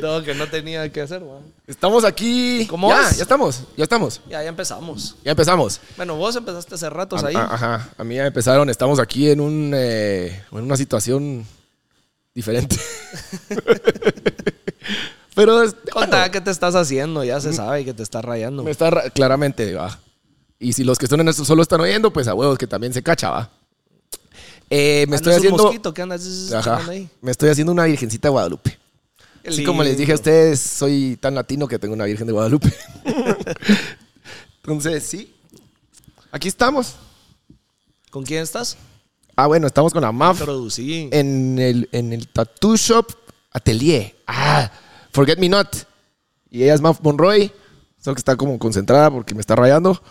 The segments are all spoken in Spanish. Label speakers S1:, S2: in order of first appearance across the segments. S1: No, que no tenía que hacer, weón.
S2: Estamos aquí.
S1: ¿Cómo
S2: ya,
S1: vas?
S2: ya estamos, ya estamos.
S1: Ya, ya empezamos.
S2: Ya empezamos.
S1: Bueno, vos empezaste hace ratos ahí.
S2: A- Ajá, a mí ya empezaron. Estamos aquí en, un, eh, en una situación diferente. Pero es-
S1: Contá qué te estás haciendo, ya se sabe que te estás rayando.
S2: Mm. me está ra- claramente, va. Y si los que están en esto solo están oyendo, pues a huevos que también se cacha, va. Eh, me
S1: Andas
S2: estoy
S1: un
S2: haciendo.
S1: mosquito que andas zzz,
S2: Ajá,
S1: chingando ahí.
S2: me estoy haciendo una virgencita de Guadalupe.
S1: Qué
S2: Así como les dije a
S1: lindo.
S2: ustedes, soy tan latino que tengo una virgen de Guadalupe. Entonces, sí. Aquí estamos.
S1: ¿Con quién estás?
S2: Ah, bueno, estamos con la MAF
S1: Introducí.
S2: en el, en el Tattoo Shop Atelier. Ah, Forget Me Not. Y ella es Maf Monroy. Solo que está como concentrada porque me está rayando.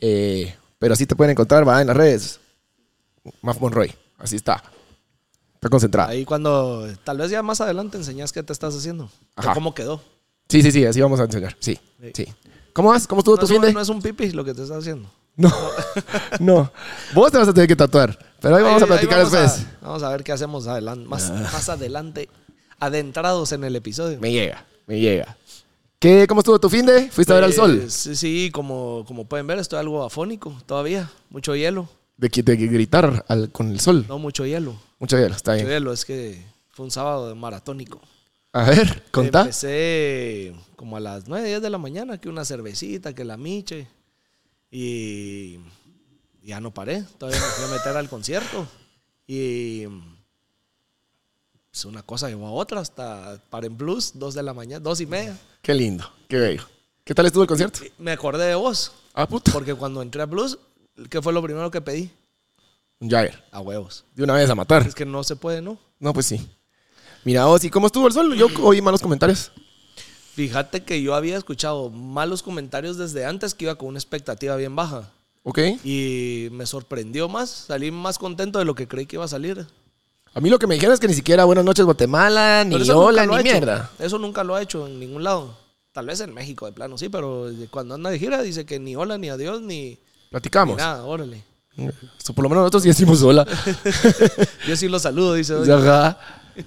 S2: Eh, pero así te pueden encontrar, va en las redes. Maf Monroy. Así está. Está concentrada.
S1: Ahí cuando, tal vez ya más adelante enseñás qué te estás haciendo. o
S2: Ajá.
S1: ¿Cómo quedó?
S2: Sí, sí, sí, así vamos a enseñar. Sí,
S1: Sí.
S2: sí. ¿Cómo vas? ¿Cómo estuvo
S1: No
S2: tu
S1: es,
S2: fin
S1: un,
S2: de?
S1: no es un pipis lo que te estás haciendo.
S2: No, no. Vos te vas a tener que tatuar. Pero ahí vamos a
S1: Ahí- ahí
S2: platicar
S1: vamos
S2: después. Ah.
S1: a- vamos a ver qué hacemos adelan- más, más adelante, adentrados en el episodio.
S2: Me llega, me llega. ¿Qué, ¿Cómo estuvo tu fin de? ¿Fuiste a ver al sol?
S1: Pues, Sí, sí, como, como pueden ver, estoy algo afónico todavía. Mucho hielo.
S2: De, que- de gritar al- con el sol.
S1: No, mucho hielo.
S2: Mucho hielo, está
S1: Mucho
S2: bien.
S1: hielo, es que fue un sábado de maratónico.
S2: A ver, contá.
S1: Pues, Empecé como a las 9, 10 de la mañana, que una cervecita, que la miche. Y ya no paré. Todavía me fui a meter al concierto. Y pues, una cosa llevó a otra hasta para en plus, 2 de la mañana, 2 y media.
S2: Qué lindo, qué bello. ¿Qué tal estuvo el concierto?
S1: Me acordé de vos,
S2: Ah, puta.
S1: porque cuando entré a Blues, ¿qué fue lo primero que pedí?
S2: Un Jagger.
S1: A huevos.
S2: De una vez a matar.
S1: Es que no se puede, ¿no?
S2: No, pues sí. Mira, vos, ¿y cómo estuvo el sol? Yo oí malos comentarios.
S1: Fíjate que yo había escuchado malos comentarios desde antes que iba con una expectativa bien baja.
S2: Ok.
S1: Y me sorprendió más, salí más contento de lo que creí que iba a salir.
S2: A mí lo que me dijeron es que ni siquiera buenas noches Guatemala,
S1: Pero
S2: ni
S1: eso nunca
S2: hola,
S1: lo
S2: ni
S1: ha hecho.
S2: mierda.
S1: Eso nunca lo ha hecho en ningún lado. Tal vez en México, de plano, sí, pero cuando anda de gira dice que ni hola, ni adiós, ni, ni
S2: Platicamos.
S1: nada, órale.
S2: Esto, por lo menos nosotros sí decimos hola.
S1: Yo sí lo saludo, dice. "Oye".
S2: Ajá.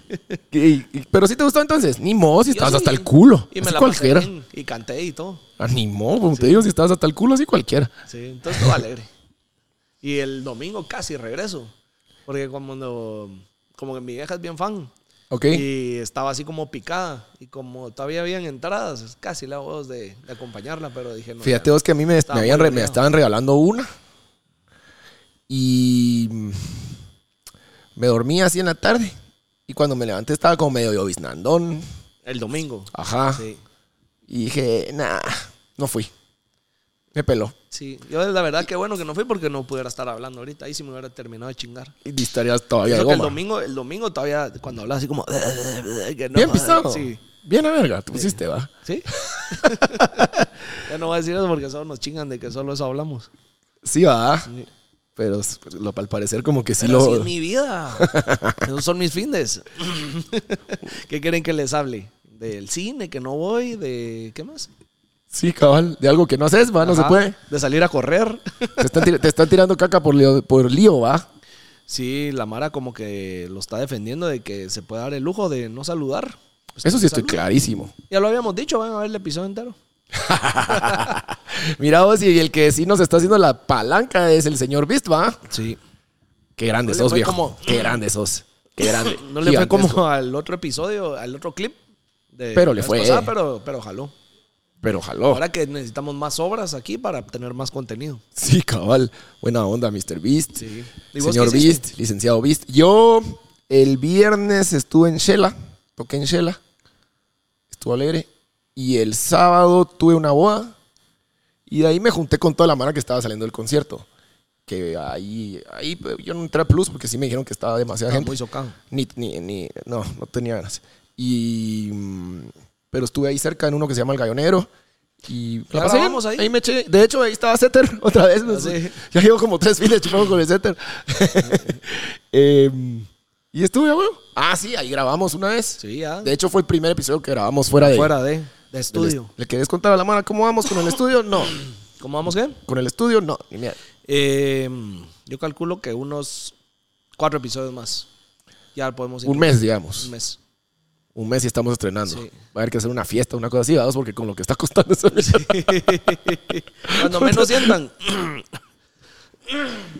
S2: Y- y- pero si te gustó entonces, ni modo, si
S1: Yo
S2: estabas
S1: sí.
S2: hasta el culo.
S1: Y me
S2: así
S1: la pasé
S2: cualquiera.
S1: bien, y canté y todo.
S2: Ah, ni modo, como te digo, si estabas hasta el culo, así cualquiera.
S1: Sí, entonces todo alegre. Y el domingo casi regreso. Porque cuando, como que mi vieja es bien fan.
S2: Ok.
S1: Y estaba así como picada. Y como todavía habían entradas, casi la voz de, de acompañarla, pero dije no.
S2: Fíjate vos que a mí me,
S1: Estaba
S2: me habían
S1: muy
S2: re- me
S1: golpeado.
S2: estaban regalando una. Y mm, me dormí así en la tarde. Y cuando me levanté estaba como medio lloviznandón.
S1: El domingo.
S2: Ajá.
S1: Sí.
S2: Y dije, nah, no fui. Me peló.
S1: Sí, yo la verdad que bueno que no fui porque no pudiera estar hablando ahorita. Ahí sí me hubiera terminado de chingar.
S2: Y de historias todavía de
S1: Eso que el
S2: goma.
S1: domingo, el domingo todavía, cuando hablaba así como. que no,
S2: Bien pisado.
S1: Sí.
S2: Bien a verga, te pusiste, va.
S1: ¿Sí? ya no voy a decir eso porque solo nos chingan de que solo eso hablamos.
S2: Sí, va. Pero s- lo, al parecer como que sí
S1: Pero así
S2: lo...
S1: es mi vida. Esos son mis findes. ¿Qué quieren que les hable? Del cine, que no voy, de. ¿Qué más?
S2: Sí, cabal. De algo que no haces, va, no se
S1: Ajá,
S2: puede.
S1: De salir a correr.
S2: Te están, tir- te están tirando caca por lío, por lío, va.
S1: Sí, la Mara como que lo está defendiendo de que se puede dar el lujo de no saludar. Pues
S2: Eso
S1: no
S2: sí estoy
S1: saluda.
S2: clarísimo.
S1: Ya lo habíamos dicho, van a ver el episodio entero.
S2: Mira vos, y el que sí nos está haciendo la palanca es el señor Beast, va.
S1: Sí.
S2: Qué grande
S1: Le
S2: sos,
S1: fue
S2: viejo.
S1: como-
S2: Qué grande sos. Qué grande.
S1: No le fue
S2: gigantesco.
S1: como al otro episodio, al otro clip. de
S2: Pero
S1: la
S2: le
S1: vez
S2: fue. Oh.
S1: pasada, pero, pero jaló.
S2: Pero jaló.
S1: Ahora que necesitamos más obras aquí para tener más contenido.
S2: Sí, cabal. Buena onda, Mr. Beast.
S1: Sí. ¿Y vos
S2: Señor
S1: qué hiciste?
S2: Beast, licenciado Beast. Yo el viernes estuve en Shela, toqué en Shela. Estuvo alegre. Y el sábado tuve una boda. Y de ahí me junté con toda la mara que estaba saliendo del concierto. Que ahí, ahí pues, yo no entré a Plus porque sí me dijeron que estaba demasiada
S1: Estaba
S2: gente.
S1: muy socado.
S2: Ni, ni, ni- no, no tenía ganas. Y, mm, pero estuve ahí cerca en uno que se llama El Gallonero. Y
S1: La
S2: pasé bien.
S1: grabamos ahí. Ah,
S2: me eché. De hecho, ahí estaba Setter otra vez. no sé.
S1: sí.
S2: Ya llevo como tres files chupando con el Setter. Em, y estuve, güey. Ah, sí, ahí grabamos una vez.
S1: Sí, ya.
S2: De hecho, fue el primer episodio que grabamos fuera de.
S1: Fuera de, de
S2: del est-
S1: estudio.
S2: ¿Le querés contar a la mano cómo vamos con el estudio? No.
S1: ¿Cómo vamos, qué?
S2: Con el estudio, no. Ni mierda.
S1: Eh, yo calculo que unos cuatro episodios más. Ya podemos ir.
S2: Un mes, digamos.
S1: Un mes.
S2: Un mes y estamos estrenando.
S1: Sí.
S2: Va a haber que hacer una fiesta, una cosa así, vamos, porque con lo que está costando esa mierda.
S1: Cuando menos sientan.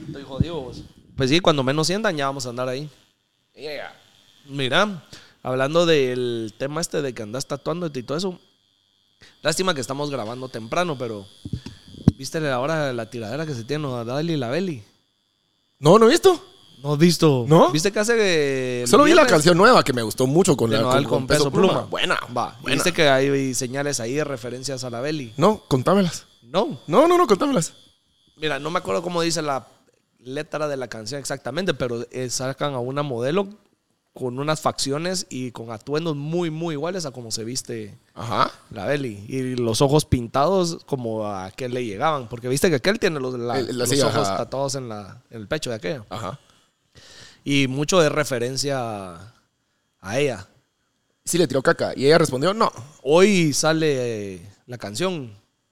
S1: Estoy jodido, vos. Pues sí, cuando menos sientan ya vamos a andar ahí. Mira, hablando del tema este de que andas tatuándote y todo eso. Lástima que estamos grabando temprano, pero ¿viste la hora la tiradera que se tiene a Dali y la Beli?
S2: No, no he visto.
S1: No has visto.
S2: ¿No?
S1: ¿Viste que hace el
S2: Solo vi la
S1: viernes?
S2: canción nueva que me gustó mucho con
S1: De
S2: la
S1: Nodal con Peso Pluma.
S2: Buena,
S1: Va,
S2: buena.
S1: viste que hay señales ahí de referencias a la Beli.
S2: No, contámelas.
S1: No.
S2: No, no, no, contámelas.
S1: Mira, no me acuerdo cómo dice la letra de la canción exactamente, pero eh, sacan a una modelo con unas facciones y con atuendos muy, muy iguales a como se viste
S2: Ajá.
S1: la Beli. Y los ojos pintados como a aquel le llegaban, porque viste que aquel tiene los, la-
S2: El- la-
S1: los
S2: sí,
S1: ojos
S2: ajá.
S1: tatuados en, la, en el pecho de aquella.
S2: Ajá.
S1: Y mucho de referencia a, a ella.
S2: Sí, le tiró caca. Y ella respondió, no.
S1: Hoy sale eh, la canción.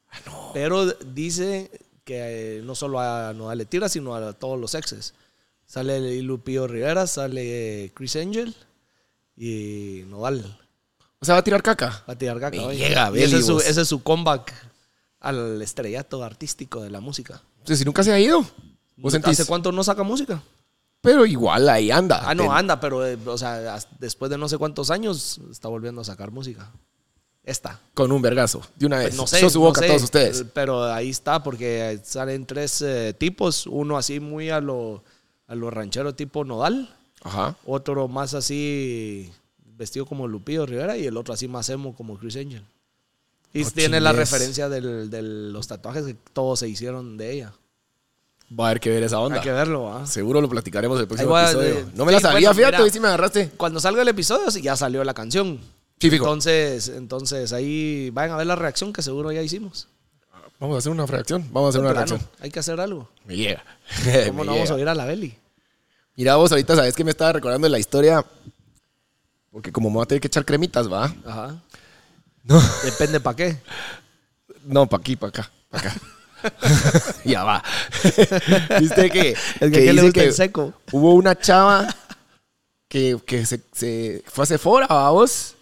S2: Ah,
S1: Pero dice que eh, no solo a Nodal le tira, sino a todos los exes. Sale el Lupillo Rivera, sale eh, Chris Angel y Nodal.
S2: O sea, va a tirar caca.
S1: Va a tirar caca
S2: Me
S1: hoy.
S2: llega,
S1: Y
S2: Beli,
S1: ese, es su,
S2: vos.
S1: ese es su comeback al estrellato artístico de la música.
S2: O sea, si nunca se ha ido. ¿Vos sentís?
S1: ¿Hace cuánto no saca música?
S2: Pero igual ahí anda.
S1: Ah, no,
S2: Ten-
S1: anda, pero eh, o sea, as- después de no sé cuántos años está volviendo a sacar música. Esta.
S2: Con un vergazo. De una vez.
S1: Pues no sé.
S2: Eh, Yo su
S1: no
S2: boca a
S1: sé, eh,
S2: todos ustedes.
S1: Pero ahí está, porque salen tres eh, tipos. Uno así muy a lo, a lo ranchero tipo Nodal.
S2: Ajá.
S1: Otro más así vestido como Lupillo Rivera. Y el otro así más emo como Chris Angel. Y
S2: No
S1: tiene la
S2: Oh, chingues.
S1: referencia del- de los tatuajes que todos se hicieron de ella.
S2: Va a haber que ver esa onda.
S1: Hay que verlo, ¿ah?
S2: Seguro lo platicaremos el próximo
S1: Ahí va,
S2: episodio.
S1: eh,
S2: no me la
S1: sí,
S2: sabía,
S1: bueno,
S2: fíjate,
S1: mira.
S2: hoy sí me agarraste.
S1: Cuando salga el episodio sí, ya salió la canción.
S2: Sí, fijo.
S1: Entonces, entonces ahí vayan a ver la reacción que seguro ya hicimos.
S2: Vamos a hacer una reacción. Vamos a hacer una
S1: Temprano,
S2: reacción. Eh,
S1: hay que hacer algo.
S2: Me llega.
S1: ¿Cómo
S2: Me
S1: no vamos
S2: llega.
S1: a oír a la Beli?
S2: Mira vos, ahorita sabes que me estaba recordando de la historia. Porque como me voy a tener que echar cremitas, ¿va?
S1: Ajá.
S2: No.
S1: Depende para qué.
S2: No, pa' aquí, pa' acá, pa' acá. ya va. Viste que,
S1: que
S2: que
S1: a él le
S2: dice
S1: gusta el seco.
S2: hubo una chava que, que se, se fue a Sephora, ¿va vos?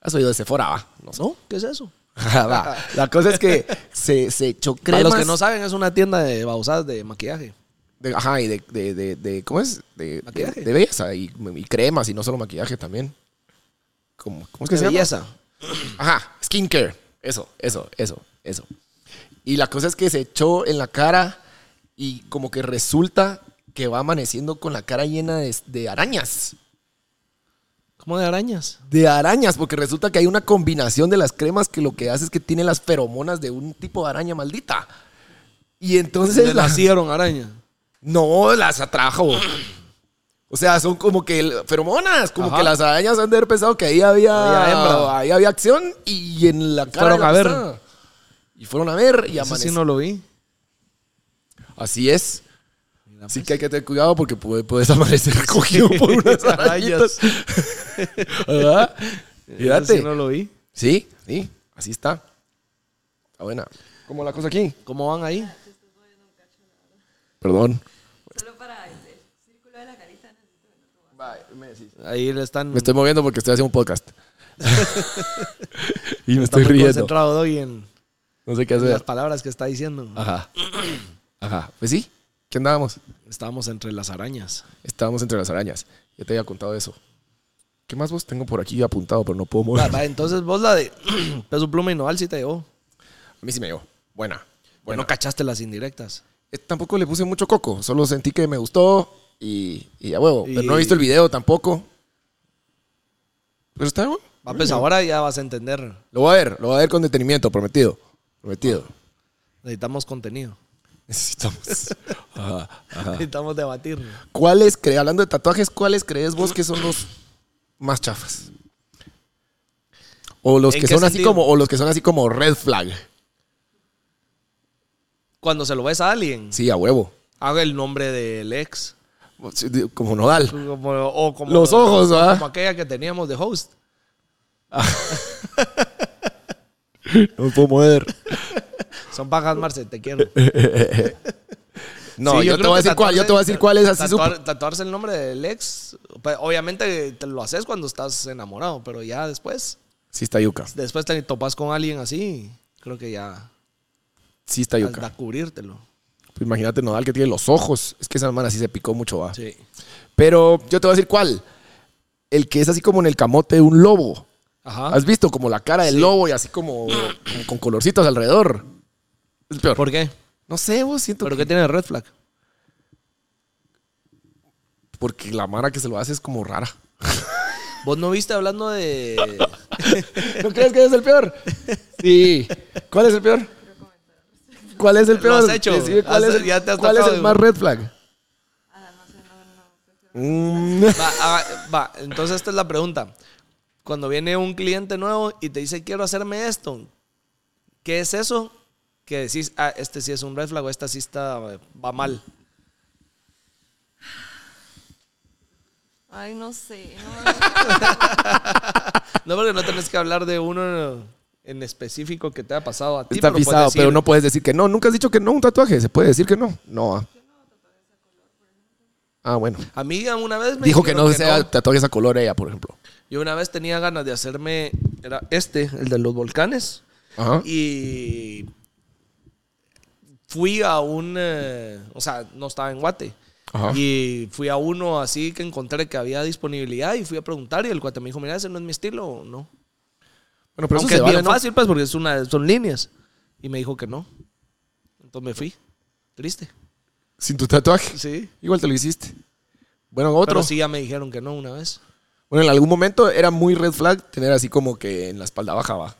S2: Has oído de Sephora, ¿va? No sé.
S1: ¿No? ¿Qué es eso?
S2: Va. La cosa es que se, se echó
S1: Para
S2: cremas.
S1: los que no saben, es una tienda de babosadas de maquillaje.
S2: de- ajá, y de, de, de, de- ¿cómo es? De, de,
S1: Maquillaje.
S2: de belleza y, y cremas y no solo maquillaje también. ¿Cómo, cómo es que
S1: De
S2: se llama?
S1: belleza.
S2: Ajá, skincare. Eso, eso, eso, eso. Y la cosa es que se echó en la cara y como que resulta que va amaneciendo con la cara llena de, de arañas.
S1: ¿Cómo de arañas?
S2: De arañas, porque resulta que hay una combinación de las cremas que lo que hace es que tiene las feromonas de un tipo de araña maldita. Y entonces
S1: Le
S2: la-
S1: nacieron arañas.
S2: no las atrajo. O sea, son como que el- feromonas, como
S1: Ajá.
S2: que las arañas han de haber pensado que ahí había,
S1: Había hembra.
S2: ahí había acción y en la cara.
S1: Fueron
S2: de la
S1: a ver.
S2: persona. Y fueron a ver
S1: Eso
S2: y
S1: sí
S2: amanecieron.
S1: no lo vi.
S2: Así es.
S1: Mira,
S2: Así
S1: pues.
S2: que hay que tener cuidado porque puede- puedes amanecer cogido por unas arañitas.
S1: Arañas.
S2: ¿Verdad?
S1: Eso sí
S2: Fíjate.
S1: no lo vi.
S2: Sí, sí, así está. Está buena. ¿Cómo la cosa aquí?
S1: ¿Cómo van ahí?
S2: Perdón.
S1: Ahí le están
S2: Me estoy moviendo porque estoy haciendo un podcast. y me
S1: está
S2: estoy
S1: muy
S2: riendo.
S1: concentrado doy en
S2: No sé qué
S1: en las
S2: hacer. Ah.
S1: palabras que está diciendo.
S2: Ajá. Ajá. Pues sí. ¿Qué andábamos?
S1: Estábamos entre las arañas.
S2: Estábamos entre las arañas. Ya te había contado eso. ¿Qué más vos tengo por aquí apuntado, pero no puedo
S1: Va,
S2: mover?
S1: va, entonces vos la de peso pluma y noal sí te llegó.
S2: A mí sí me llegó. Buena.
S1: Bueno,
S2: Buena.
S1: no cachaste las indirectas.
S2: Eh, Tampoco le puse mucho coco. Solo sentí que me gustó y, y a huevo. Pero
S1: Y-
S2: no he visto el video tampoco. Pero está bueno.
S1: Va, pues ahora ya vas a entender.
S2: Lo voy a ver. Lo voy a ver con detenimiento. Prometido. Prometido.
S1: Necesitamos contenido.
S2: Necesitamos. Ajá, ajá.
S1: Necesitamos debatir.
S2: ¿Cuáles cre- hablando de tatuajes, cuáles crees vos que son los más chafas? O los
S1: ¿En
S2: que
S1: qué
S2: son así
S1: sentido?
S2: como, o los que son así como red flag.
S1: Cuando se lo ves a alguien,
S2: Sí, a huevo.
S1: haga el nombre del ex.
S2: Como nodal.
S1: Como, o como,
S2: Los ojos,
S1: como
S2: ¿ah?
S1: aquella que teníamos de host.
S2: No me puedo mover.
S1: Son pajas, Marce, te quiero.
S2: No,
S1: Sí,
S2: yo,
S1: creo
S2: te voy
S1: que
S2: a decir cuál, yo
S1: tatuarse-
S2: te voy a decir cuál es así
S1: tatuar-
S2: súper-
S1: Tatuarse el nombre del ex, pues, obviamente te lo haces cuando estás enamorado, pero ya después,
S2: Sí está yuca.
S1: después te topas con alguien así, creo que ya
S2: Sí está yuca.
S1: hasta cubrírtelo.
S2: Pues imagínate nodal que tiene los ojos. Es que esa hermana sí se picó mucho, va.
S1: Sí.
S2: Pero yo te voy a decir cuál. El que es así como en el camote de un lobo.
S1: Ajá.
S2: ¿Has visto? Como la cara del lobo y así como, como con colorcitos alrededor. Es peor.
S1: ¿Por qué?
S2: No sé, vos siento
S1: ¿Pero
S2: que-
S1: qué tiene de red flag?
S2: Porque la mara que se lo hace es como rara.
S1: ¿Vos no viste hablando de
S2: ¿No crees que es el peor? Sí. ¿Cuál es el peor? ¿Cuál es el peor?
S1: has hecho.
S2: Decime ¿Cuál,
S1: Has-
S2: es el,
S1: ya te has
S2: cuál es
S1: tocado,
S2: el más
S1: güey.
S2: red flag? Mm,
S1: Va, haga- va, entonces esta es la pregunta. Cuando viene un cliente nuevo y te dice, quiero hacerme esto, ¿qué es eso? Que decís, ah, este sí es un red flag o esta sí está, eh, va mal.
S3: Ay, no sé. no me-
S1: No, porque no tenés que hablar de uno en específico que te ha pasado a ti.
S2: Está
S1: pero puedes
S2: pisado,
S1: decir,
S2: pero no puedes decir que no. Nunca has dicho que no un tatuaje. Se puede decir que no. No. ah. Ah, bueno.
S1: A mí una vez me
S2: Dijo que
S1: dijeron
S2: no sea tatuajes a color ella, por ejemplo.
S1: Yo una vez tenía ganas de hacerme, era este, el de los volcanes.
S2: Ajá.
S1: Y fui a un, eh, o sea, no estaba en Guate.
S2: Ajá.
S1: Y fui a uno así que encontré que había disponibilidad y fui a preguntar y el cuate me dijo, mira, ese no es mi estilo, ¿no?
S2: Bueno,
S1: Aunque
S2: pero eso se
S1: es
S2: vale,
S1: bien
S2: ¿no?
S1: fácil, pues, porque es una, son líneas. Y me dijo que no. Entonces me fui. Triste.
S2: Sin tu tatuaje.
S1: Sí.
S2: Igual te lo hiciste. Bueno, otro.
S1: Pero sí ya me dijeron que no una vez.
S2: Bueno, en algún momento era muy red flag tener así como que en la espalda baja va.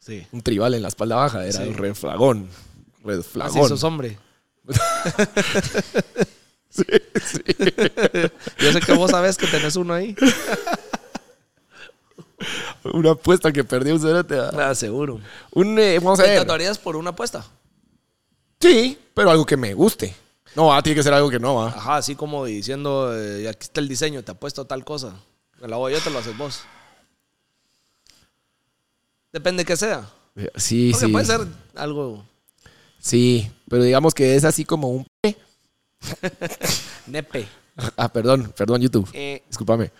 S1: Sí.
S2: Un tribal en la espalda baja era
S1: Sí.
S2: el red flagón. Red
S1: Así
S2: flagón.
S1: sos hombre.
S2: Sí, sí.
S1: Yo sé que vos sabés que tenés uno ahí.
S2: Una apuesta que perdió un cerote. ¿va?
S1: Ah, seguro.
S2: Un, eh, vamos a
S1: ¿Te
S2: ver.
S1: tatuarías por una apuesta?
S2: Sí, pero algo que me guste. No, va, tiene que ser algo que no va.
S1: Ajá, así como diciendo, eh, aquí está el diseño, te apuesto tal cosa. Me la voy yo, te lo haces vos. Depende que sea.
S2: Sí,
S1: Porque
S2: sí.
S1: puede ser algo
S2: Sí, pero digamos que es así como un... p-
S1: nepe.
S2: Ah, perdón, perdón YouTube.
S1: Eh,
S2: Discúlpame.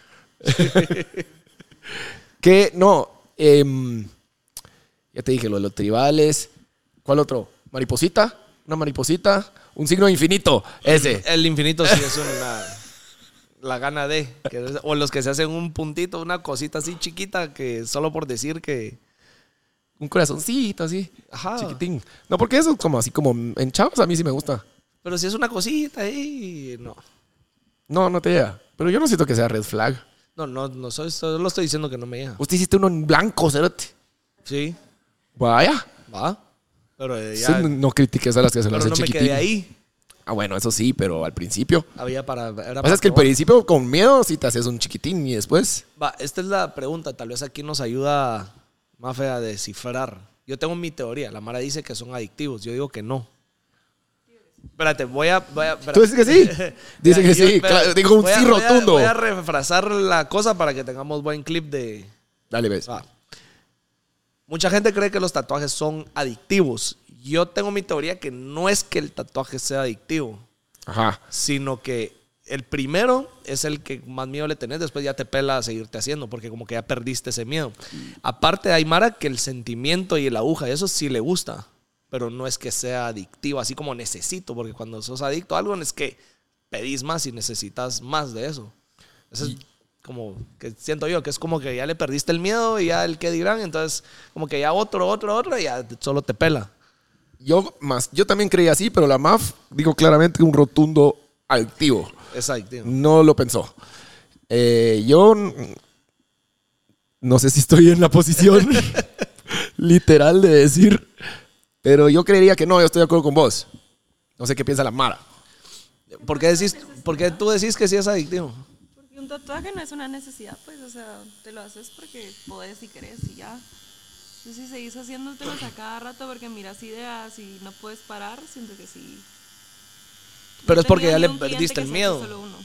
S2: que no. em, ya te dije, lo de los tribales. ¿Cuál otro? ¿Mariposita? ¿Una mariposita? Un signo infinito. Ese.
S1: el infinito sí es una... La gana de. que es- o los que se hacen un puntito, una cosita así chiquita que solo por decir que...
S2: Un corazoncito así.
S1: Ajá.
S2: Chiquitín. No, porque eso es como así como en chavos a mí sí me gusta.
S1: Pero si es una cosita ahí, no.
S2: No, no te llega. Pero yo no siento que sea red flag.
S1: No, no, no soy, solo estoy diciendo que no me llega.
S2: Usted hiciste uno en blanco, cerote.
S1: Sí,
S2: Vaya.
S1: va. Pero eh, ya.
S2: Sí, No, no critiques a las que se
S1: pero
S2: lo hacen
S1: no me
S2: chiquitín.
S1: quedé ahí.
S2: Ah, bueno, eso sí, pero al principio.
S1: Había para. Era
S2: Lo que
S1: para
S2: pasa Pues es que al
S1: probar.
S2: principio con miedo si te haces un chiquitín y después...
S1: Va, esta es la pregunta. Tal vez aquí nos ayuda Mafe a descifrar. Yo tengo mi teoría. La Mara dice que son adictivos. Yo digo que no. Espérate, voy a. Voy a espera.
S2: ¿Tú dices que sí? Dice
S1: Mira,
S2: que
S1: yo-
S2: sí,
S1: espera,
S2: claro, dijo un
S1: voy a-
S2: sí
S1: voy a-
S2: rotundo.
S1: Voy a refrasar la cosa para que tengamos buen clip de.
S2: Dale, ves.
S1: Va. Mucha gente cree que los tatuajes son adictivos. Yo tengo mi teoría que no es que el tatuaje sea adictivo,
S2: Ajá.
S1: sino que el primero es el que más miedo le tenés, después ya te pela a seguirte haciendo, porque como que ya perdiste ese miedo. Aparte hay Mara que el sentimiento y la aguja, eso sí le gusta. pero no es que sea adictivo, así como necesito, porque cuando sos adicto a algo es que pedís más y necesitas más de eso. Eso es como que siento yo, que es como que ya le perdiste el miedo y ya el que dirán, entonces como que ya otro, otro, otro, y ya solo te pela.
S2: Yo, más, yo también creía así, pero la MAF dijo claramente un rotundo activo.
S1: Es adictivo.
S2: No lo pensó. Eh, yo mm, no sé si estoy en la posición literal de decir, pero yo creería que no, yo estoy de acuerdo con vos. No sé qué piensa la Mara.
S1: ¿Por qué, decís, ¿Por qué tú decís que sí es adictivo?
S3: Porque un tatuaje no es una necesidad, pues, o sea, te lo haces porque podés y querés y ya. Yo si seguís haciéndotelos a cada rato porque miras ideas y no puedes parar, siento que sí.
S1: Pero
S3: Yo
S1: es porque
S3: tenía
S1: ya le
S3: un cliente
S1: perdiste
S3: que
S1: el
S3: se hizo
S1: miedo.
S3: solo uno.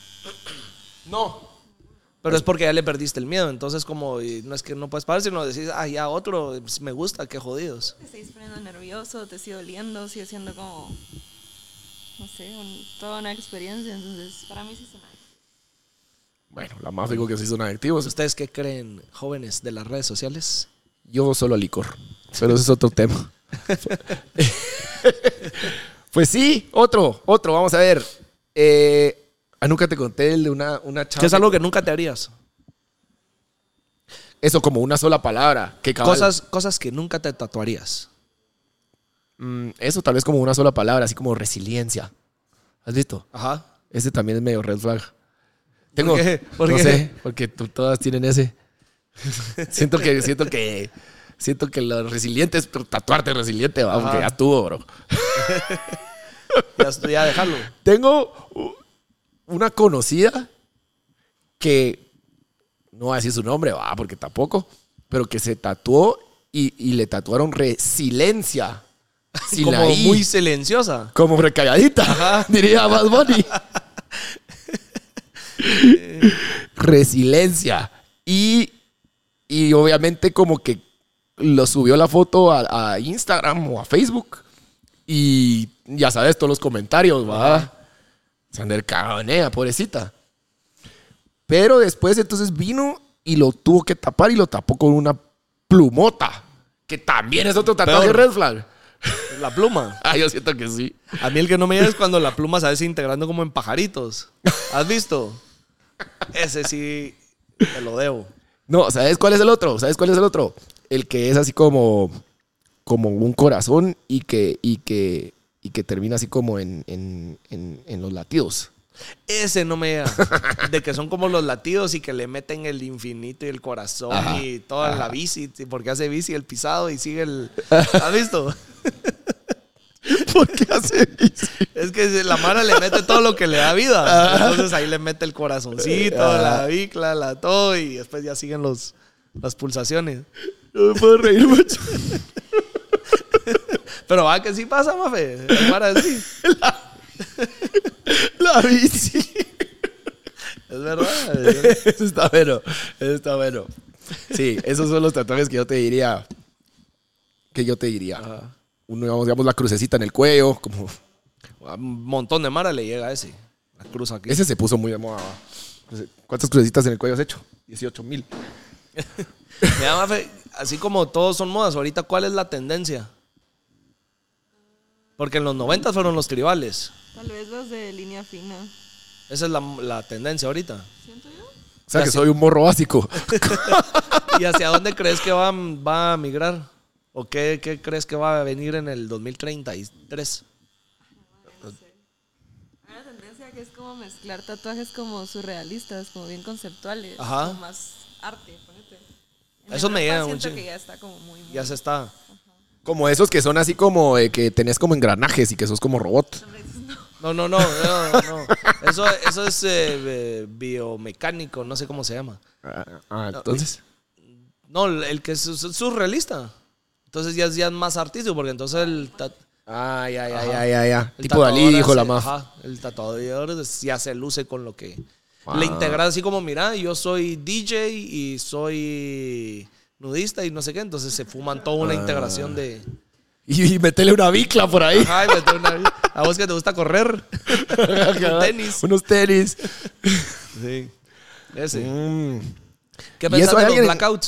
S1: Pero es porque ya le perdiste el miedo. Entonces, como y no es que no puedes parar, sino decís, ah, ya otro, pues, me gusta, qué jodidos.
S3: Te seguís poniendo nervioso, te sigue doliendo, sigue siendo como, no sé, un- toda una experiencia. Entonces, para mí sí es una
S2: Bueno, la MAF dijo que sí son adictivos.
S1: ¿Ustedes qué creen, jóvenes de las redes sociales?
S2: Yo solo licor, pero ese es otro tema. pues sí, otro, otro, vamos a ver. Eh, ah, nunca te conté el de una, una chava.
S1: Que es algo que nunca te harías.
S2: Eso como una sola palabra. Qué cabal.
S1: Cosas, cosas que nunca te tatuarías.
S2: Mm, eso tal vez como una sola palabra, así como resiliencia. ¿Has visto?
S1: Ajá.
S2: Ese también es medio red flag. Tengo,
S1: qué? ¿Por
S2: no
S1: qué?
S2: sé, porque tú- todas tienen ese. siento que, siento que, siento que los resilientes, tatuarte resiliente, va, porque
S1: Ajá.
S2: ya estuvo, bro.
S1: Ya, estoy- ya dejarlo.
S2: Tengo u- una conocida que no voy a decir su nombre, va, porque tampoco, pero que se tatuó y, y le tatuaron resiliencia. Sin
S1: Como
S2: la I.
S1: muy silenciosa.
S2: Como recalladita, diría Bad Bunny. Resiliencia. Y, y obviamente como que lo subió la foto a, a Instagram o a Facebook. Y ya sabes, todos los comentarios, va. Sander cagonea, pobrecita. Pero después entonces vino y lo tuvo que tapar y lo tapó con una plumota. Que también es otro tatuaje
S1: Peor.
S2: red flag.
S1: La pluma.
S2: Ah, yo siento que sí.
S1: A mí el que no me llega es cuando la pluma se va integrando como en pajaritos. ¿Has visto? Ese sí te lo debo.
S2: No, ¿sabes cuál es el otro? ¿Sabes cuál es el otro? El que es así como, como un corazón y que, y que, y que termina así como en, en, en, en los latidos.
S1: Ese no me llega. De que son como los latidos y que le meten el infinito y el corazón y toda la bici. y Porque hace bici el pisado y sigue el. ¿Has visto?
S2: ¿Por qué hace bici?
S1: Es que la mara le mete todo lo que le da vida. Entonces ahí le mete el corazoncito, la bicla, la todo y después ya siguen los, las pulsaciones.
S2: No me puedo reír mucho.
S1: Pero va que sí pasa, mafe. La mara sí.
S2: La bici.
S1: Es verdad.
S2: Eso está bueno. Eso está bueno. Sí, esos son los tatuajes que yo te diría. Que yo te diría. Uno, digamos, digamos, la crucecita en el cuello. Como,
S1: A un montón de mara le llega ese. La cruz aquí.
S2: ese se puso muy de moda. va. ¿Cuántas crucecitas en el cuello has hecho? 18 mil.
S1: Mira, mafe, así como todos son modas, ahorita, ¿cuál es la tendencia? Porque en los 90 fueron los tribales.
S3: Tal vez los de línea fina.
S1: Esa es la, la tendencia ahorita.
S3: ¿Siento yo?
S2: O sea,
S1: Ya
S2: que
S1: sé.
S2: soy un morro básico.
S1: ¿Y hacia dónde crees que va, va a migrar? ¿O qué, qué crees que va a venir en el 2033?
S3: Hay una tendencia que es como mezclar tatuajes como surrealistas, como bien conceptuales,
S1: Ajá.
S3: como más arte, ponete. En
S1: Eso me
S3: Europa
S1: llega un
S3: Siento
S1: chingo.
S3: que ya está como muy, muy
S1: Ya se está.
S2: Como esos que son así como eh, que tenés como engranajes y que sos como robot.
S1: No, no, no, no, no. Eso, eso es eh, eh, biomecánico, no sé cómo se llama.
S2: Ah, ah, entonces.
S1: No, el que es su- surrealista. Entonces ya es ya es más artístico, porque entonces el, tat-
S2: Ah, ya, ya,
S1: Ajá.
S2: ya, ya, ya.
S1: el
S2: Tipo Dalí,
S1: tatuador
S2: dijo la
S1: hace-
S2: más.
S1: ajá, el tatuador es- ya se luce con lo que...
S2: Wow.
S1: Le integra así como, mira, yo soy DJ y soy nudista y no sé qué, entonces se fuman toda
S2: Ah.
S1: una integración de...
S2: Y, y metele una bicla por ahí.
S1: Ay, me tengo una- A vos que te gusta correr. Un tenis.
S2: Unos tenis.
S1: Sí. Ese.
S2: Mm.
S1: ¿Qué
S2: ¿Y eso
S1: pensás de
S2: hay
S1: los
S2: alguien-
S1: blackouts?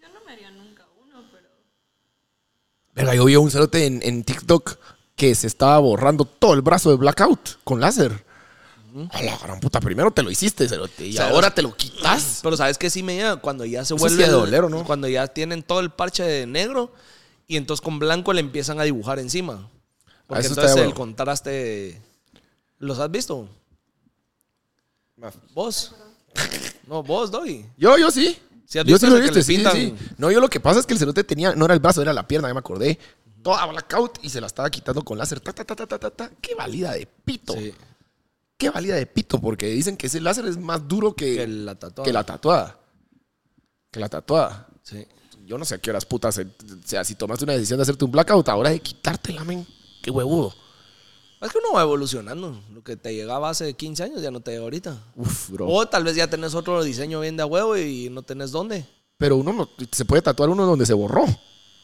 S3: Yo no me haría nunca uno, pero.
S2: Verga, yo vi a un cerote en, en TikTok que se estaba borrando todo el brazo de blackout con láser. A la gran puta, primero te lo hiciste, cerote, y
S1: Cerote.
S2: ahora te lo quitas.
S1: Pero sabes que sí me llega cuando ya se
S2: Eso
S1: vuelve.
S2: sí ha de
S1: el-
S2: doler, ¿o no?
S1: Cuando ya tienen todo el parche de negro y entonces con blanco le empiezan a dibujar encima. Porque
S2: Ah, eso está
S1: entonces
S2: de
S1: el
S2: huevo.
S1: contraste. ¿Los has visto? ¿Vos? No, vos, Doggy.
S2: Yo, yo sí.
S1: ¿Sí has
S2: yo
S1: visto
S2: sí lo
S1: ese que
S2: viste,
S1: le
S2: sí,
S1: pintan?
S2: sí. No, yo lo que pasa es que el cerote tenía, no era el brazo, era la pierna, ya me acordé. Toda blackout y se la estaba quitando con láser. Ta, ta, ta, ta, ta, ta, ta. Qué valida de pito.
S1: Sí.
S2: Qué valida de pito, porque dicen que ese láser es más duro que,
S1: Que la tatuada.
S2: que la tatuada. Que la tatuada.
S1: Sí.
S2: Yo no sé a qué horas putas. se- O sea, si tomaste una decisión de hacerte un blackout, ahora de quitártela, men. Qué huevudo.
S1: Es que uno va evolucionando. Lo que te llegaba hace 15 años ya no te llega ahorita.
S2: Uf, bro.
S1: O tal vez ya tenés otro diseño bien de a huevo y no tenés dónde.
S2: Pero uno no- se puede tatuar uno donde se borró.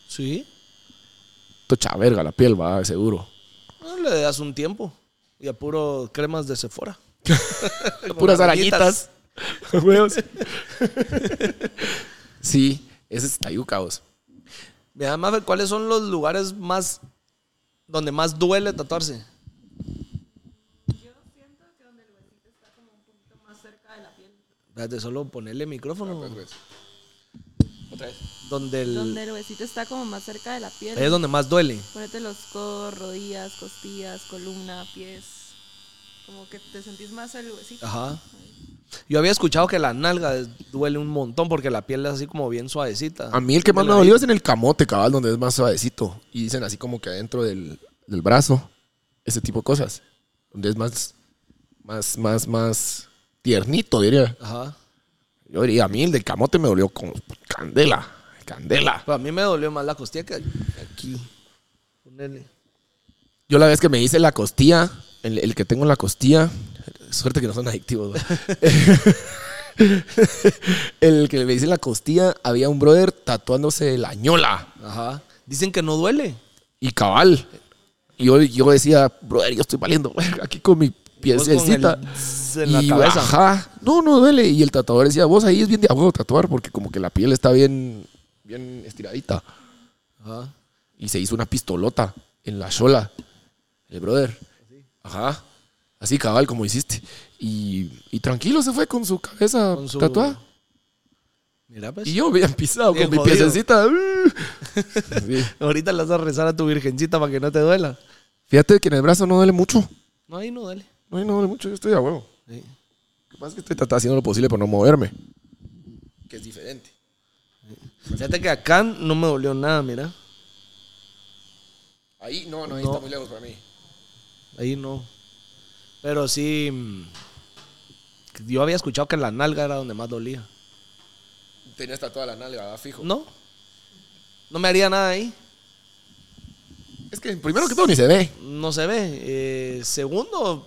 S1: Sí.
S2: Tocha verga, la piel va, de seguro.
S1: No, le das un tiempo. Y a puro cremas de Sephora. Con
S2: Puras
S1: arañitas.
S2: arañitas. Huevos. sí, ese es Tayuca, vos.
S1: Mira, Maffer, ¿cuáles son los lugares más donde más duele tatuarse? Espérate, solo ponerle micrófono. Otra vez. Donde el-
S3: Donde el huesito está como más cerca de la piel.
S1: es donde más duele.
S3: Ponete los codos, rodillas, costillas, columna, pies. Como que te sentís más el huesito.
S1: Ajá. Yo había escuchado que la nalga duele un montón porque la piel es así como bien suavecita.
S2: A mí el que más
S1: De
S2: me
S1: la-
S2: dolió es en el camote, cabal, donde es más suavecito. Y dicen así como que adentro del, del brazo, ese tipo de cosas. Donde es más, más, más, más tiernito, diría.
S1: Ajá.
S2: Yo diría, a mí el del camote me dolió con candela. Candela.
S1: Pero a mí me dolió más la costilla que aquí. Ponele.
S2: Yo la vez que me hice la costilla, el, el que tengo en la costilla, suerte que no son adictivos. güey. el que me hice en la costilla, había un brother tatuándose la ñola
S1: Ajá. Dicen que no duele.
S2: y cabal. Y yo, yo decía, brother, yo estoy valiendo verga aquí con mi
S1: Vos con el
S2: piececita.
S1: zzz en la
S2: y
S1: cabeza.
S2: ajá, no, no duele. Y el tatuador decía, vos ahí es bien de a huevo tatuar porque como que la piel está bien, bien estiradita.
S1: Ajá.
S2: y se hizo una pistolota en la sola. El brother. Ajá. Así cabal como hiciste. Y, y tranquilo se fue con su cabeza
S1: Con su-
S2: tatuada.
S1: Mira, pues.
S2: Y yo bien pisado
S1: Bien
S2: con mi
S1: jodido.
S2: piececita. Sí.
S1: Ahorita le vas a rezar a tu virgencita para que no te duela.
S2: Fíjate que en el brazo no duele mucho.
S1: No, ahí no duele.
S2: No, no duele mucho. Yo estoy a huevo.
S1: Sí.
S2: Lo que pasa es que estoy tratando- haciendo lo posible por no moverme. Que es diferente.
S1: Fíjate que acá no me dolió nada, mira.
S2: Ahí, no, no, ahí
S1: No.
S2: está muy lejos para mí.
S1: Ahí no. Pero sí. mm, Yo había escuchado que la nalga era donde más dolía.
S2: Tenías tatuada la nalga, ¿verdad? fijo.
S1: No. No me haría nada ahí.
S2: Es que primero que todo ni se ve.
S1: No se ve. Eh, segundo,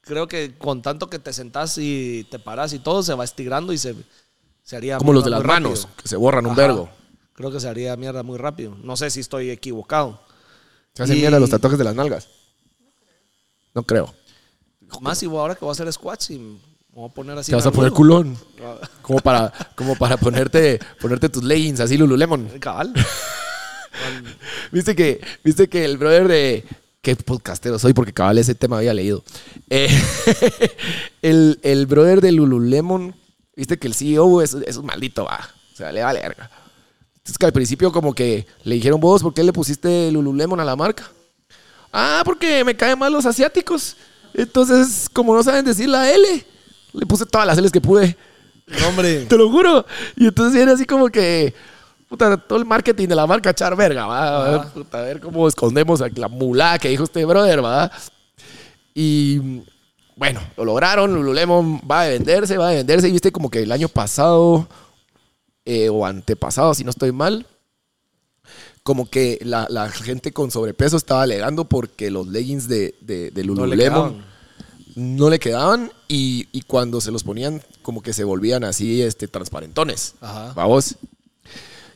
S1: creo que con tanto que te sentás y te paras y todo, se va estirando y se, se haría.
S2: Como los de
S1: mierda
S2: las
S1: muy rápido.
S2: manos, que se borran un
S1: Ajá.
S2: vergo.
S1: Creo que se haría mierda muy rápido. No sé si estoy equivocado.
S2: Se hacen
S1: Y-
S2: mierda los tatuajes de las nalgas. No creo.
S1: Más y ahora que voy a hacer squats y me voy a poner así.
S2: Te vas a
S1: en
S2: poner
S1: alguno.
S2: culón. Como para, como para ponerte, ponerte tus leggings así, Lululemon.
S1: Eh, Cabal.
S2: Viste que, viste que el brother de. Qué podcastero soy, porque cabal ese tema había leído. Eh, el, el E brother de Lululemon, viste que el CEO es, es un maldito, va. O sea, le vale verga. Es que al principio como que le dijeron vos, ¿por qué le pusiste Lululemon a la marca? Ah, porque me caen mal los asiáticos. Entonces, como no saben decir la L, le puse todas las L's que pude.
S1: No, hombre.
S2: Te lo juro. Y entonces era así como que. Puta, todo el marketing de la marca echar verga, ¿va? A ver, puta, a ver cómo escondemos a la mulá que dijo este brother, ¿va? Y bueno, lo lograron. Lululemon va a venderse, va a venderse. Y viste como que el año pasado eh, o antepasado, si no estoy mal, como que la, la gente con sobrepeso estaba alegando porque los leggings de, de, de
S1: No le
S2: Lululemon
S1: quedaban.
S2: no le quedaban y, y cuando se los ponían como que se volvían así este transparentones.
S1: Ajá.
S2: Vamos.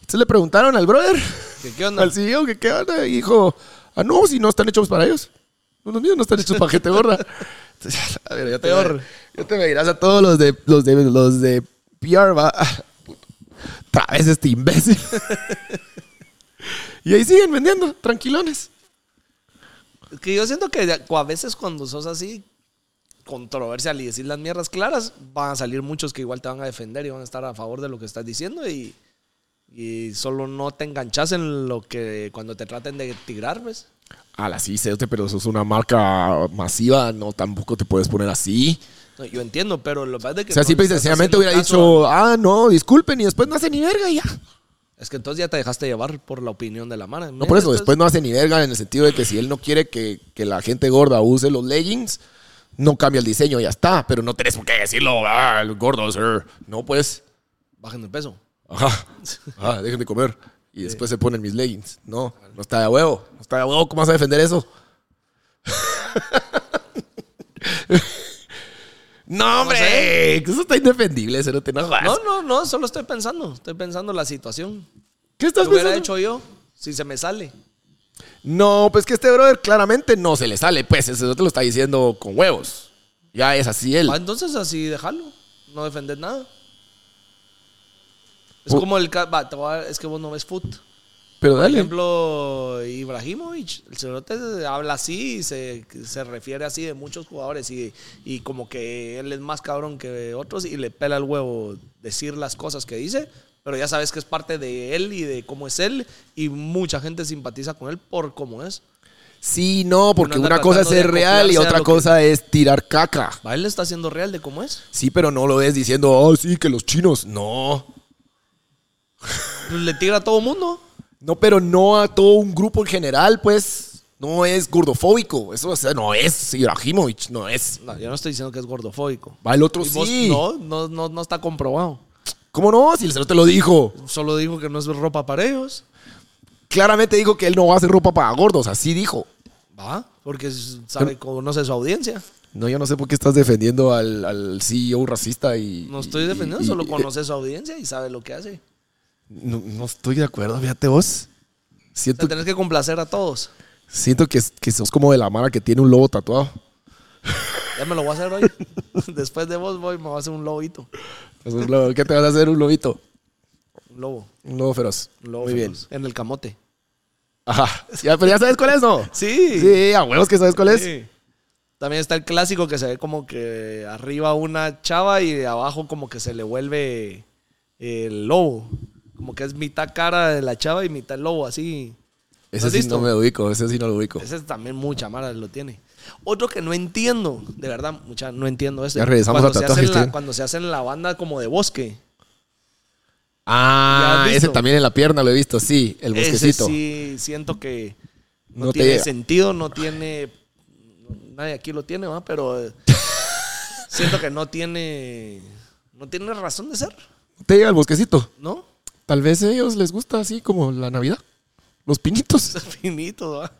S2: Entonces le preguntaron al brother,
S1: ¿Qué, qué onda?
S2: al CEO, que qué onda, y dijo, ah, no, si no están hechos para ellos. No, Los míos no están hechos para gente gorda. Entonces, a ver, ya te,
S1: Peor.
S2: ya te me dirás a todos los de, los de, los de PR, va. Ah, puto. Otra vez este imbécil. y ahí siguen vendiendo, tranquilones.
S1: Que yo siento que de- a veces cuando sos así controversial y decís las mierdas claras, van a salir muchos que igual te van a defender y van a estar a favor de lo que estás diciendo y, y solo no te enganchas en lo que cuando te traten de tirar, pues.
S2: A Ah, la sí, cerote, pero sos una marca masiva, no tampoco te puedes poner así.
S1: No, Yo entiendo, pero lo que pasa es que...
S2: O sea,
S1: no
S2: simple y
S1: le estás
S2: sencillamente
S1: haciendo
S2: hubiera
S1: caso
S2: dicho, ah, no, disculpen, y después no hace ni verga y ya.
S1: a- Es que entonces ya te dejaste llevar por la opinión de la mano.
S2: No, por eso, después no hace ni verga en el sentido de que si él no quiere que, que la gente gorda use los leggings, no cambia el diseño, ya está. Pero no tenés por qué decirlo, ah, el gordo, sir. No, pues,
S1: Bajen el peso.
S2: ajá, ajá, dejen de comer. Y después se ponen mis leggings. No, no está de a huevo, no está de a huevo, ¿cómo vas a defender eso? no, hombre, eso está indefendible, eso no te enojas.
S1: No, no, no, solo estoy pensando. Estoy pensando la situación.
S2: ¿Qué
S1: ¿Qué
S2: estás
S1: hubiera
S2: pensando?
S1: hecho yo si se me sale?
S2: No, pues que este brother claramente no se le sale, pues eso te lo está diciendo con huevos. Ya es así él.
S1: Ah, entonces así dejarlo. No defender nada. Es
S2: Oh.
S1: como el... ca- va, te voy a- es que vos no ves foot.
S2: Pero
S1: Por
S2: dale.
S1: ejemplo, Ibrahimovic, el cerote habla así y se, se refiere así de muchos jugadores y, y como que él es más cabrón que otros y le pela el huevo decir las cosas que dice, pero ya sabes que es parte de él y de cómo es él y mucha gente simpatiza con él por cómo es.
S2: Sí, no, porque
S1: Uno anda
S2: una cosa es
S1: tratando de
S2: ser real y
S1: acoplarse a
S2: otra
S1: lo que-
S2: cosa es tirar caca.
S1: Va, él está siendo real de cómo es.
S2: Sí, pero no lo es diciendo, oh, sí, que los chinos. No.
S1: Pues le tira a todo mundo.
S2: No, pero no a todo un grupo en general, pues. No es gordofóbico. Eso o sea, no es Ibrahimovic, no es.
S1: No, yo no estoy diciendo que es gordofóbico.
S2: Va el otro
S1: Y vos-
S2: sí.
S1: no, no, no, no está comprobado.
S2: ¿Cómo no? Si el señor te lo dijo.
S1: Solo dijo que no es ropa para ellos.
S2: Claramente dijo que él no va a hacer ropa para gordos, así dijo.
S1: Va, porque sabe, conoce su audiencia.
S2: No, yo no sé por qué estás defendiendo al, al CEO racista y.
S1: No estoy
S2: y-
S1: defendiendo,
S2: y-
S1: solo
S2: y- eh,
S1: conoce su audiencia y sabe lo que hace. O
S2: No, no estoy de acuerdo, fíjate vos. Siento,
S1: sea, tenés que complacer a todos.
S2: siento que, que sos como de la mara que tiene un lobo tatuado.
S1: Ya me lo voy a hacer hoy. Después de vos voy, me voy a hacer un lobito.
S2: O sea, un lobo, ¿Qué te vas a hacer? Un lobito.
S1: Un lobo.
S2: Un lobo feroz.
S1: Un lobo
S2: Muy
S1: feroz.
S2: bien.
S1: En el camote.
S2: Ajá. Ya, pero ya sabes cuál es, ¿no?
S1: Sí.
S2: Sí, a huevos que sabes cuál es.
S1: Sí. También está el clásico que se ve como que arriba una chava y de abajo como que se le vuelve eh, el lobo. Como que es mitad cara de la chava y mitad lobo, así.
S2: Ese
S1: ¿Has
S2: sí
S1: visto?
S2: no me ubico, ese sí no lo ubico.
S1: Ese también mucha mara lo tiene. Otro que no entiendo, de verdad, mucha, no entiendo eso.
S2: Ya regresamos este.
S1: cuando
S2: a
S1: se
S2: tatuajes,
S1: hacen
S2: tío.
S1: la, Cuando se hacen la banda como de bosque. ¿Ya
S2: Ah,
S1: has visto?
S2: ese también en la pierna lo he visto, sí, el bosquecito.
S1: Ese sí siento que no,
S2: No te
S1: tiene
S2: llega.
S1: sentido, no tiene... Nadie aquí lo tiene, ¿va? Pero eh, siento que no tiene... No tiene razón de ser,
S2: Te llega el bosquecito.
S1: ¿no?
S2: Tal vez a ellos les gusta así como la Navidad. Los pinitos.
S1: Es finito, ¿va?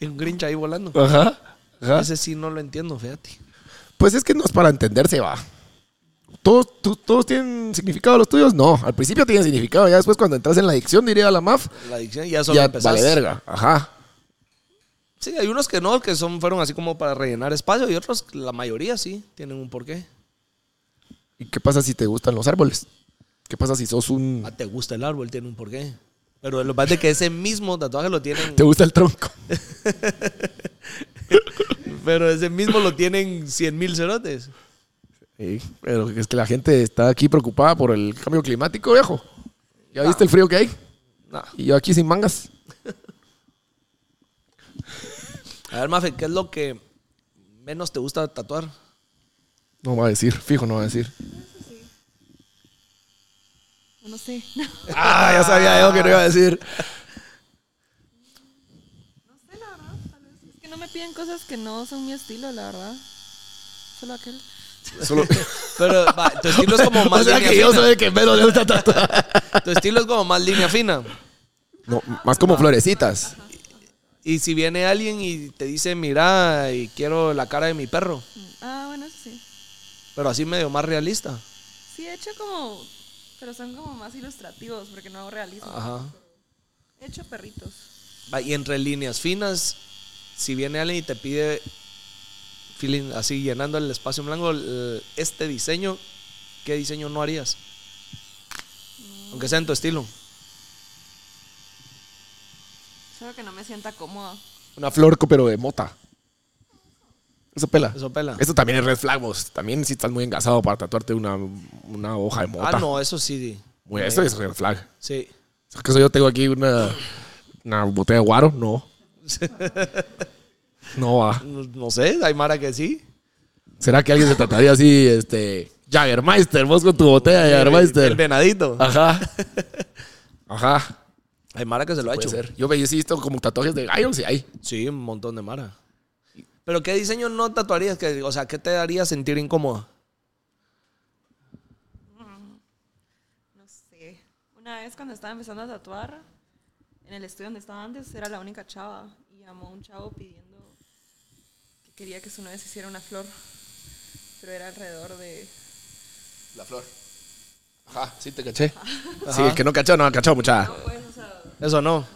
S1: Y un grinch ahí volando.
S2: Ajá. Ajá.
S1: Ese sí no lo entiendo, fíjate.
S2: Pues es que no es para entenderse, va. ¿Todos, tú- ¿Todos tienen significado los tuyos? No, al principio tienen significado, ya después cuando entras en la dicción, diría la MAF,
S1: La adicción ya solo
S2: ya
S1: empezás.
S2: vale verga. Ajá.
S1: Sí, hay unos que no, que son, fueron así como para rellenar espacio y otros, la mayoría sí, tienen un porqué.
S2: ¿Y qué pasa si te gustan los árboles? ¿Qué pasa si sos un...
S1: Ah, te gusta el árbol, tiene un porqué. Pero lo que pasa es que ese mismo tatuaje lo tienen,
S2: ¿Te gusta el tronco?
S1: pero ese mismo lo tienen 100 mil cerotes.
S2: Sí, pero es que la gente está aquí preocupada por el cambio climático, viejo. ¿Ya viste el frío que hay?
S1: No.
S2: Y yo aquí sin mangas.
S1: A ver, Mafe, ¿qué es lo que menos te gusta tatuar?
S2: No va a decir, fijo, no va a decir.
S3: No sé.
S2: Ah, ya sabía yo que no iba a decir.
S3: No sé, la verdad. Tal vez. Es que no me piden cosas que no son mi estilo, la verdad. Solo aquel.
S2: Solo...
S1: Pero va, tu estilo es como más
S2: o sea
S1: línea
S2: que yo
S1: fina.
S2: soy el que menos le gusta tatuar.
S1: Tu estilo es como más línea fina.
S2: No, más como florecitas.
S1: Y si viene alguien y te dice, mira, y quiero la cara de mi perro,
S3: Ah, bueno, eso sí.
S1: pero así medio más realista.
S3: Sí, he hecho como. Pero son como más ilustrativos porque no hago realismo.
S1: Ajá.
S3: He hecho perritos.
S1: Va, Y entre líneas finas, si viene alguien y te pide, feeling, así llenando el espacio en blanco, el- este diseño, ¿qué diseño no harías? Aunque sea en tu estilo.
S3: Solo que no me sienta cómoda.
S2: Una flor, co- pero de mota. Eso pela.
S1: Eso pela.
S2: Eso también es red flag, vos. También si estás muy engasado para tatuarte una, una hoja de mota.
S1: Ah, no, eso sí.
S2: Muy- eso es red flag.
S1: Sí.
S2: ¿Es ¿Acaso yo tengo aquí una, una botella de guaro? No. No va.
S1: No, no sé, hay Mara que sí.
S2: ¿Será que alguien se trataría así, este, Jaggermeister, vos con tu botella de
S1: El
S2: Jaggermeister?
S1: venadito.
S2: Ajá. Ajá.
S1: Ah. Hay Mara que se lo ha
S2: Puede
S1: hecho.
S2: ser. Yo veía sí, esto como tatuajes de gallos y ahí.
S1: Sí, un montón de Mara. Pero ¿qué diseño no tatuarías? Que, o sea, ¿qué te haría sentir incómoda?
S3: No sé. Una vez cuando estaba empezando a tatuar, en el estudio donde estaba antes, era la única chava. Y llamó un chavo pidiendo que quería que su novia se hiciera una flor. Pero era alrededor de.
S2: La flor. Ajá, sí te caché. Sí, el que no cachó, no ha cachado mucha.
S3: Pues, o sea,
S1: Eso no.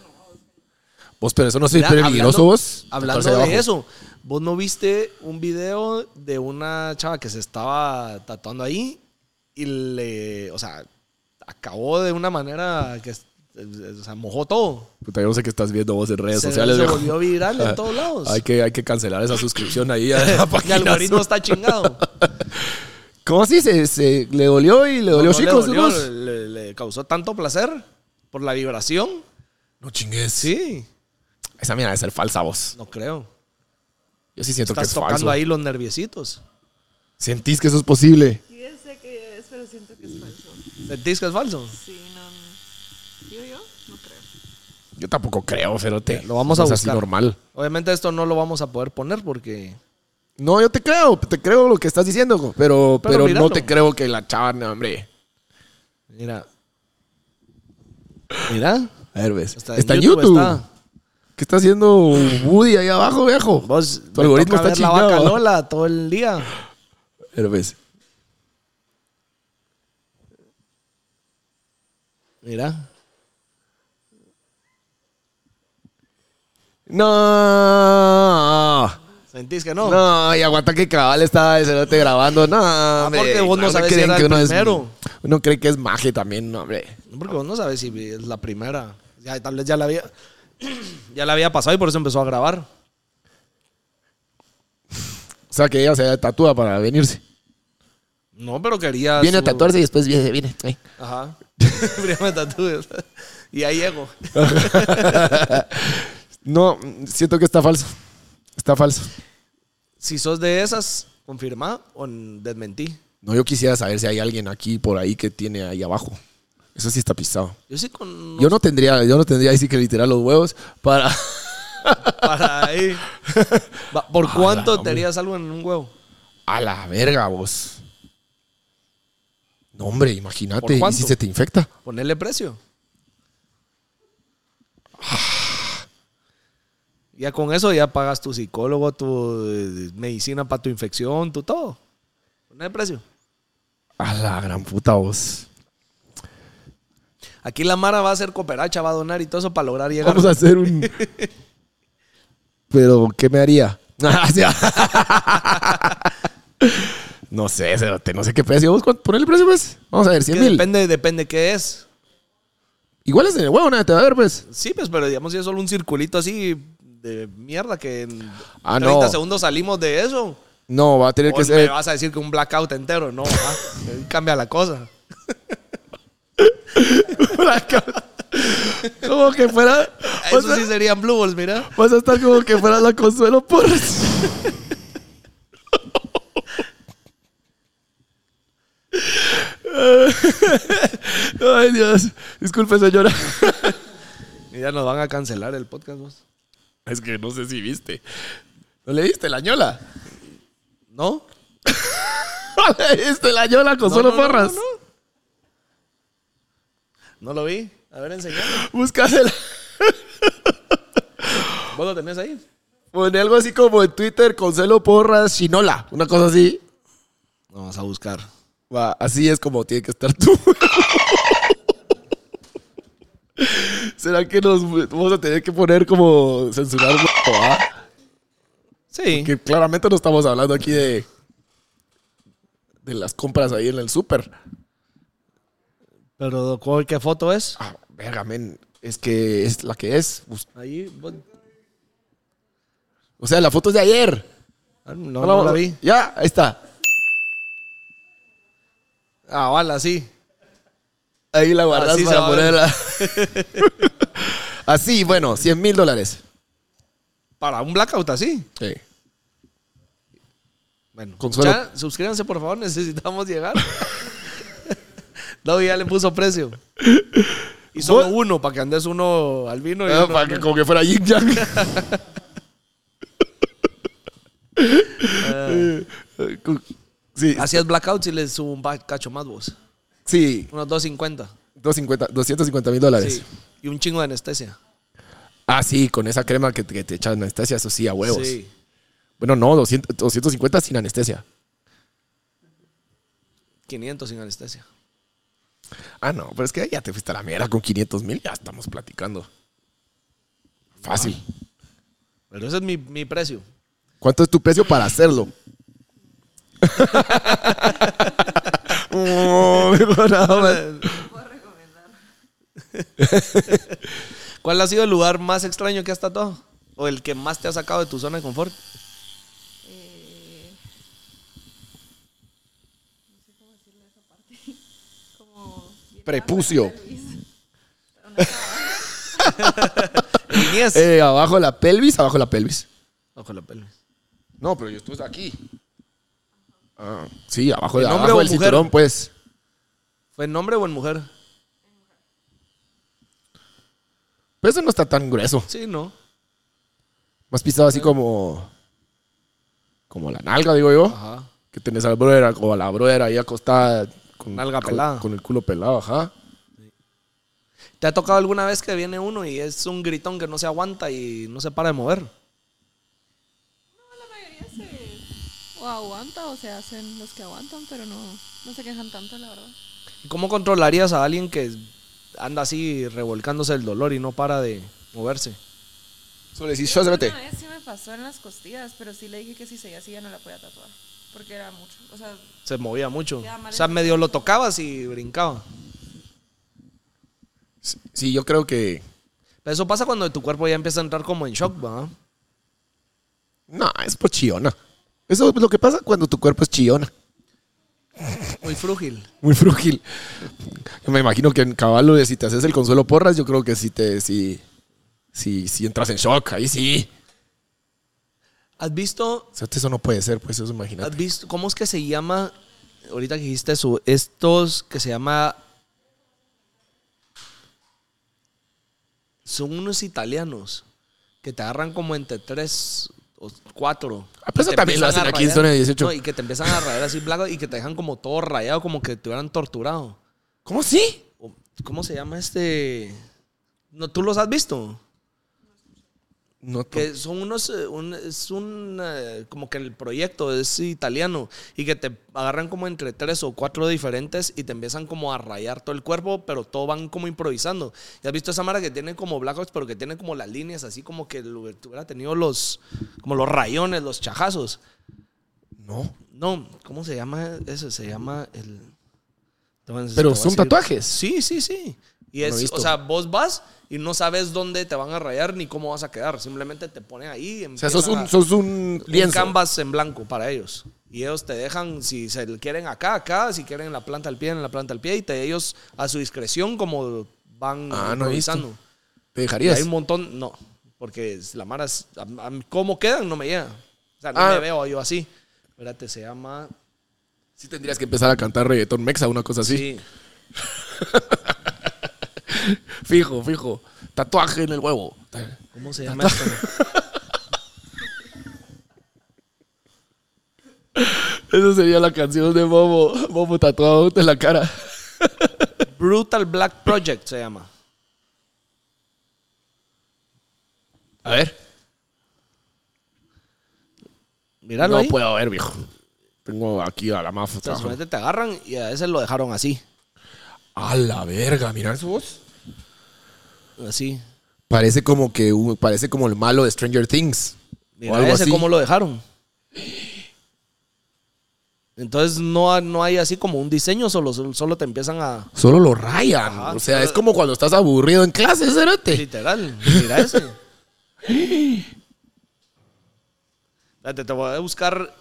S2: Vos, pero eso no soy
S1: Mira,
S2: peligroso, vos.
S1: Hablando
S2: Tatuarse
S1: de
S2: abajo.
S1: eso, ¿vos no viste un video de una chava que se estaba tatuando ahí y le, o sea, acabó de una manera que, es- o sea, mojó todo?
S2: Puta, yo no sé qué estás viendo vos en redes
S1: Se-
S2: sociales.
S1: se
S2: viejo.
S1: volvió viral en todos lados.
S2: Hay que, hay que cancelar esa suscripción ahí a la
S1: Mi
S2: página
S1: algoritmo
S2: azul.
S1: está chingado.
S2: ¿Cómo así? Se, se- le dolió y le dolió
S1: No, no
S2: chicos.
S1: le, dolió,
S2: vos.
S1: le- le causó tanto placer por la vibración.
S2: No chingues.
S1: Sí,
S2: Esa mía debe ser falsa voz.
S1: no creo.
S2: Yo sí siento que
S1: Estás
S2: es
S1: tocando
S2: falso.
S1: ahí los nerviecitos.
S2: ¿Sentís que eso es posible?
S3: sí, yo sé que es, pero siento que es falso.
S1: ¿Sentís que es falso?
S3: Sí, no. no. Digo yo, no creo.
S2: Yo tampoco creo, Ferote.
S1: Lo vamos a
S2: Es
S1: buscar.
S2: así normal.
S1: Obviamente esto no lo vamos a poder poner porque...
S2: No, yo te creo. Te creo lo que estás diciendo. Pero, pero,
S1: míralo.
S2: no te creo que la chava, no, hombre.
S1: Mira. Mira.
S2: A ver, ves.
S1: Está
S2: Está,
S1: en
S2: en
S1: YouTube,
S2: YouTube.
S1: está.
S2: ¿Qué está haciendo Woody ahí abajo, viejo?
S1: Vos,
S2: tu
S1: me
S2: algoritmo
S1: toca
S2: está
S1: ver la vaca
S2: chingado.
S1: Lola todo el día.
S2: A ver, ves.
S1: Mira.
S2: No.
S1: ¿Sentís que no?
S2: No, y aguanta que cabal está ese cerote grabando. No, hombre.
S1: Ah, porque vos no
S2: Uno
S1: sabes si
S2: cree
S1: era
S2: que
S1: el
S2: uno es-
S1: primero.
S2: uno cree que es magia también, no, hombre.
S1: Porque vos no sabes si es la primera. Ya, tal vez ya la había... Ya la había pasado y por eso empezó a grabar.
S2: O sea, que ella se tatúa para venirse.
S1: Ah, No, pero quería...
S2: Viene a
S1: su-
S2: tatuarse y después viene. viene. Ay.
S1: Ajá. Primero me tatúes. Y ahí llego.
S2: No, siento que está falso. Está falso.
S1: Si sos de esas, confirma o n- desmentí.
S2: No, yo quisiera saber si hay alguien aquí por ahí que tiene ahí abajo. Eso sí está pisado.
S1: Yo sí con...
S2: Yo no tendría, yo no tendría ahí sí que literal los huevos para.
S1: Para ahí. Va, ¿Por
S2: Ala,
S1: cuánto te
S2: hombre.
S1: harías algo en un huevo?
S2: A la verga, vos. No, hombre, imagínate.
S1: ¿Por
S2: ¿Y
S1: cuánto?
S2: si se te infecta?
S1: Ponerle precio. Ya con eso ya pagas tu psicólogo, tu eh, medicina para tu infección, tu todo. Ponerle precio.
S2: A la gran puta, vos.
S1: Aquí la Mara va a hacer cooperacha, va a donar y todo eso para lograr llegar.
S2: Vamos a hacer un. Pero, ¿qué me haría? no sé, cerote, no sé qué precio. ¿Vos cuánto? Ponele precio, pues. Vamos a ver, 100
S1: Que
S2: mil.
S1: depende, depende qué es.
S2: Igual es en el huevo, nadie te va a ver, pues.
S1: Sí, pues, pero digamos, si es solo un circulito así de mierda que en
S2: Ah,
S1: 30
S2: no.
S1: segundos salimos de eso.
S2: No, va a tener
S1: O
S2: que
S1: me
S2: ser.
S1: vas a decir que eh, un blackout entero, no, ah, cambia la cosa.
S2: Como que fuera. Vas
S1: Eso
S2: a,
S1: sí serían Blue Balls, mira.
S2: vas a estar como que fuera la consuelo por. Ay, Dios. Disculpe, señora.
S1: Ya nos van a cancelar el podcast, vos.
S2: Es que no sé si viste. ¿No le diste la ñola?
S1: ¿No?
S2: ¿No le diste la ñola con solo
S1: no, no,
S2: porras?
S1: no, ¿No lo vi? A ver, enseñame.
S2: Búscasela.
S1: ¿Vos lo tenés ahí?
S2: Pon algo así como en Twitter, Consuelo Porras, Chinola. Una cosa así.
S1: No, Vamos a buscar.
S2: Va, así es como tiene que estar tú. ¿Será que nos vamos a tener que poner como censurar? o, ah?
S1: Sí.
S2: Que claramente no estamos hablando aquí de, de las compras ahí en el súper.
S1: Pero ¿cuál- ¿qué foto es?
S2: Ah, verga, men. Es que es la que es. Pues,
S1: Ahí, vos-
S2: O sea, la foto es de ayer.
S1: ah, no,
S2: No
S1: no la vi.
S2: Ya, ahí está.
S1: Ah, bala, sí.
S2: Ahí la guardas
S1: Así se
S2: para
S1: va a ver.
S2: ponerla. así, bueno, 100 mil dólares.
S1: Para un blackout así.
S2: Sí.
S1: Bueno,
S2: Consuelo.
S1: ya, suscríbanse por favor, necesitamos llegar. Doug ya le puso precio. Y solo
S2: ¿Vos?
S1: uno, para que andes uno al vino. Y
S2: Ah,
S1: uno-
S2: para que como que fuera Yin Yang.
S1: Ah.
S2: Eh, cu- sí,
S1: Así es blackout si le subo un ba- cacho más vos.
S2: sí,
S1: Unos 250.
S2: 250 250 mil dólares.
S1: Sí. Y un chingo de anestesia.
S2: Ah, sí, con esa crema que, te- que te echan anestesia, eso sí, a huevos.
S1: Sí.
S2: Bueno, no, 200, 250 sin anestesia.
S1: 500 sin anestesia.
S2: Ah, no, pero es que ya te fuiste a la mierda con 500 mil, ya estamos platicando. Fácil.
S1: Pero ese es mi, mi precio.
S2: ¿Cuánto es tu precio para hacerlo? Oh, mejorado, man.
S1: ¿Cuál ha sido el lugar más extraño que has tatuado? ¿O el que más te ha sacado de tu zona de confort?
S3: Eh, no sé cómo decirle esa parte. Como bien
S2: Prepucio.
S3: abajo de Luis. Una chava.
S1: Niñez.
S2: Eh, abajo la pelvis, abajo la pelvis.
S1: Ojo la pelvis.
S2: No, pero yo estuve aquí. Ah, sí, abajo,
S1: ¿El
S2: de,
S1: hombre
S2: abajo
S1: o
S2: del
S1: mujer?
S2: cinturón, pues.
S1: ¿Fue en hombre o en mujer?
S2: Pero eso no está tan grueso.
S1: Sí, no.
S2: Más pisado así como. Como la nalga, digo yo.
S1: Ajá.
S2: Que tenés al brother o a la brother ahí acostada. Con,
S1: Nalga
S2: con-
S1: pelada.
S2: Con el culo pelado, ajá.
S1: ¿Te ha tocado alguna vez que viene uno y es un gritón que no se aguanta y no se para de mover?
S3: No, la mayoría se o aguanta o se hacen los que aguantan, pero no, no se quejan tanto, la verdad.
S1: ¿Y ¿Cómo controlarías a alguien que anda así revolcándose el dolor y no para de moverse?
S2: Solo decís, yo se mete.
S3: Una vez sí me pasó en las costillas, pero sí le dije que si seguía así ya no la podía tatuar, porque era mucho. O sea,
S1: Se movía mucho.
S3: Queda mal
S1: O sea,
S3: el-
S1: medio lo tocabas y brincaba.
S2: Sí, yo creo que.
S1: Pero eso pasa cuando tu cuerpo ya empieza a entrar como en shock, ¿va?
S2: No, es por chillona. Eso es lo que pasa cuando tu cuerpo es chillona.
S1: Muy frúgil.
S2: Muy frúgil. Yo me imagino que en caballo, si te haces el consuelo porras, yo creo que si te. Si, si, si entras en shock, ahí sí.
S1: ¿Has visto,
S2: O sea, eso no puede ser, pues eso
S1: has
S2: imagínate.
S1: visto, cómo es que se llama, ahorita que dijiste eso, estos que se llama... Son unos italianos que te agarran como entre tres o cuatro.
S2: Ah, pero eso
S1: Te
S2: también lo
S1: empiezan
S2: hacen
S1: a
S2: aquí en
S1: rayar.
S2: Zona 18.
S1: No, y que te empiezan a rayar así blanco y que te dejan como todo rayado, como que te hubieran torturado.
S2: ¿Cómo sí?
S1: o- ¿Cómo se llama este? No, ¿Tú los has visto?
S2: No,
S1: Que son unos, eh, un- es un, eh, como que el proyecto es italiano y que te agarran como entre tres o cuatro diferentes y te empiezan como a rayar todo el cuerpo, pero todo van como improvisando. ¿Y has visto esa mara que tiene como blackouts, pero que tiene como las líneas así como que lo- hubiera tenido los, como los rayones, los chajazos?
S2: no.
S1: No, ¿cómo se llama eso? Se llama el... te voy a- te
S2: Pero
S1: voy a
S2: son
S1: decir-
S2: tatuajes.
S1: Sí, sí, sí. Y
S2: No lo he
S1: es,
S2: visto.
S1: o sea, vos vas y no sabes dónde te van a rayar ni cómo vas a quedar. Simplemente te ponen ahí.
S2: O sea, sos
S1: empiezan
S2: un,
S1: a-
S2: sos un
S1: un
S2: lienzo.
S1: canvas en blanco para ellos. Y ellos te dejan, si se quieren acá, acá, si quieren en la planta al pie, en la planta al pie, y te, ellos a su discreción como van
S2: Ah, no he visto.
S1: improvisando.
S2: ¿Te
S1: Y
S2: dejarías?
S1: hay un montón, no, porque es- la mara, es- a- a mí cómo quedan no me llega. O sea, no
S2: Ah.
S1: me veo yo así. Espérate, se llama...
S2: Sí tendrías que empezar a cantar reggaetón mexa, una cosa así.
S1: Sí.
S2: Fijo, fijo. Tatuaje en el huevo.
S1: ¿Cómo se llama esto?
S2: Esa sería la canción de Bobo. Bobo tatuado en la cara.
S1: Brutal Black Project se llama.
S2: A ver.
S1: Míralo
S2: no
S1: ahí.
S2: puedo ver, viejo. Tengo aquí a la mafa.
S1: O sea,
S2: trabajando.
S1: suponete te agarran y a veces lo dejaron así.
S2: A la verga, mira eso vos.
S1: Así.
S2: Parece como que un- parece como el malo de Stranger Things.
S1: Mira
S2: o algo
S1: ese
S2: así.
S1: cómo lo dejaron. Entonces no, ha- no hay así como un diseño, solo, solo te empiezan a...
S2: Solo lo rayan.
S1: Ajá.
S2: o sea, es como cuando estás aburrido en clase, cerote.
S1: Literal, mira ese. Espérate, te voy a buscar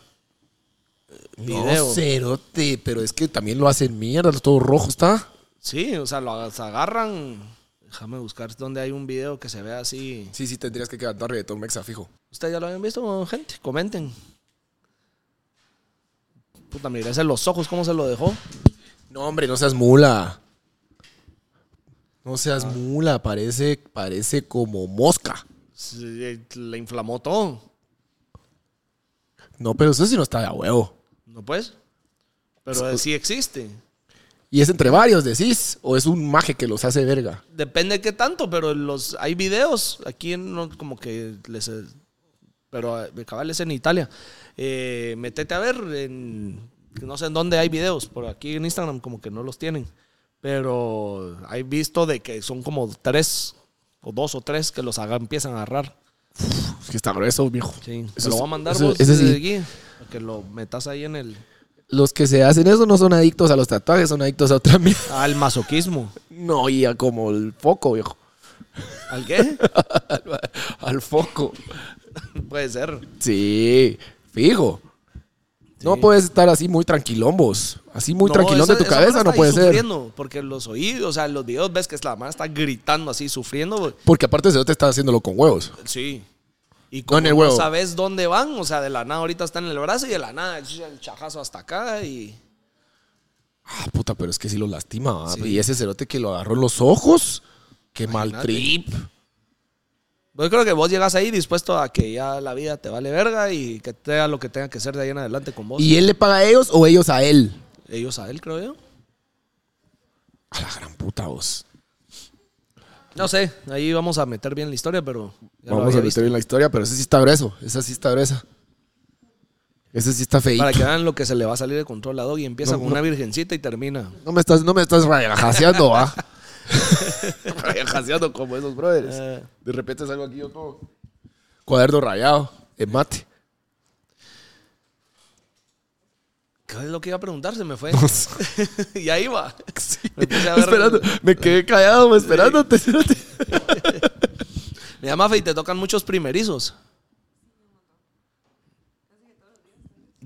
S1: eh, video.
S2: No, cerote, pero es que también lo hacen mierda, todo rojo está.
S1: Sí, o sea, lo ag- se agarran. Déjame buscar donde hay un video que se vea así.
S2: Sí, sí, tendrías que cantar reggaetón mexa, fijo.
S1: ¿Ustedes ya lo habían visto, gente? Comenten. Puta, mira, ese los ojos, ¿cómo se lo dejó?
S2: No, hombre, no seas mula. No seas mula, parece, parece como mosca.
S1: Se- eh, le inflamó todo.
S2: No, pero eso sí no está de a huevo.
S1: ¿No pues? Pero eh, sí existe.
S2: Y es entre varios, decís, o es un maje que los hace verga.
S1: Depende de qué tanto, pero los hay videos. Aquí no, como que les... eh, Pero eh, cabal es en Italia. Eh, metete a ver en... No sé en dónde hay videos. Por aquí en Instagram como que no los tienen. Pero hay visto de que son como tres o dos o tres que los haga- empiezan a agarrar.
S2: Es que está grueso, viejo.
S1: Sí, te
S2: Eso
S1: lo
S2: es-
S1: voy a mandar
S2: eso-
S1: vos
S2: ese sí.
S1: desde aquí, para Que lo metas ahí en el...
S2: Los que se hacen eso no son adictos a los tatuajes, son adictos a otra mierda.
S1: Al masoquismo.
S2: No, y a como el foco, viejo.
S1: ¿Al qué?
S2: Al foco.
S1: Puede ser.
S2: Sí, fijo. No puedes estar así muy tranquilón vos. Así muy
S1: No,
S2: tranquilón
S1: esa-
S2: de tu
S1: esa
S2: cabeza
S1: mara
S2: no
S1: está ahí
S2: puede ser.
S1: sufriendo, porque los oídos, o sea, en los videos ves que la mano está gritando así, sufriendo. güey.
S2: Porque aparte se te está haciéndolo con huevos.
S1: Sí. Y
S2: No
S1: como
S2: en el
S1: no
S2: huevo.
S1: sabes dónde van, o sea, de la nada ahorita está en el brazo y de la nada el chajazo hasta acá y...
S2: Ah, puta, pero es que sí lo lastima. ¿va? Y ese cerote que lo agarró en los ojos. Qué mal trip.
S1: Yo creo que vos llegas ahí dispuesto a que ya la vida te vale verga y que te haga lo que tenga que ser de ahí en adelante con vos.
S2: ¿Y él le paga a ellos o ellos a él?
S1: ellos a él, creo yo.
S2: A la gran puta vos.
S1: No sé, ahí vamos a meter bien la historia, pero... ya lo
S2: Vamos
S1: había
S2: a
S1: visto.
S2: meter en la historia, pero ese sí está grueso. Esa sí está gruesa. Ese sí está feito.
S1: Para que vean lo que se le va a salir de control a Doggy. Empieza
S2: No,
S1: con
S2: no.
S1: una virgencita y termina
S2: No me estás, no me estás rayajaseando, ¿va?
S1: jaseando como esos Pues brothers.
S2: De repente salgo aquí yo todo. Cuaderno rayado, en mate.
S1: ¿Qué es lo que iba a preguntar? Se me fue. y ahí va. Me puse a ver-
S2: Esperando, me quedé callado, esperándote. espérate.
S1: Mira, Mafe, y te tocan muchos primerizos.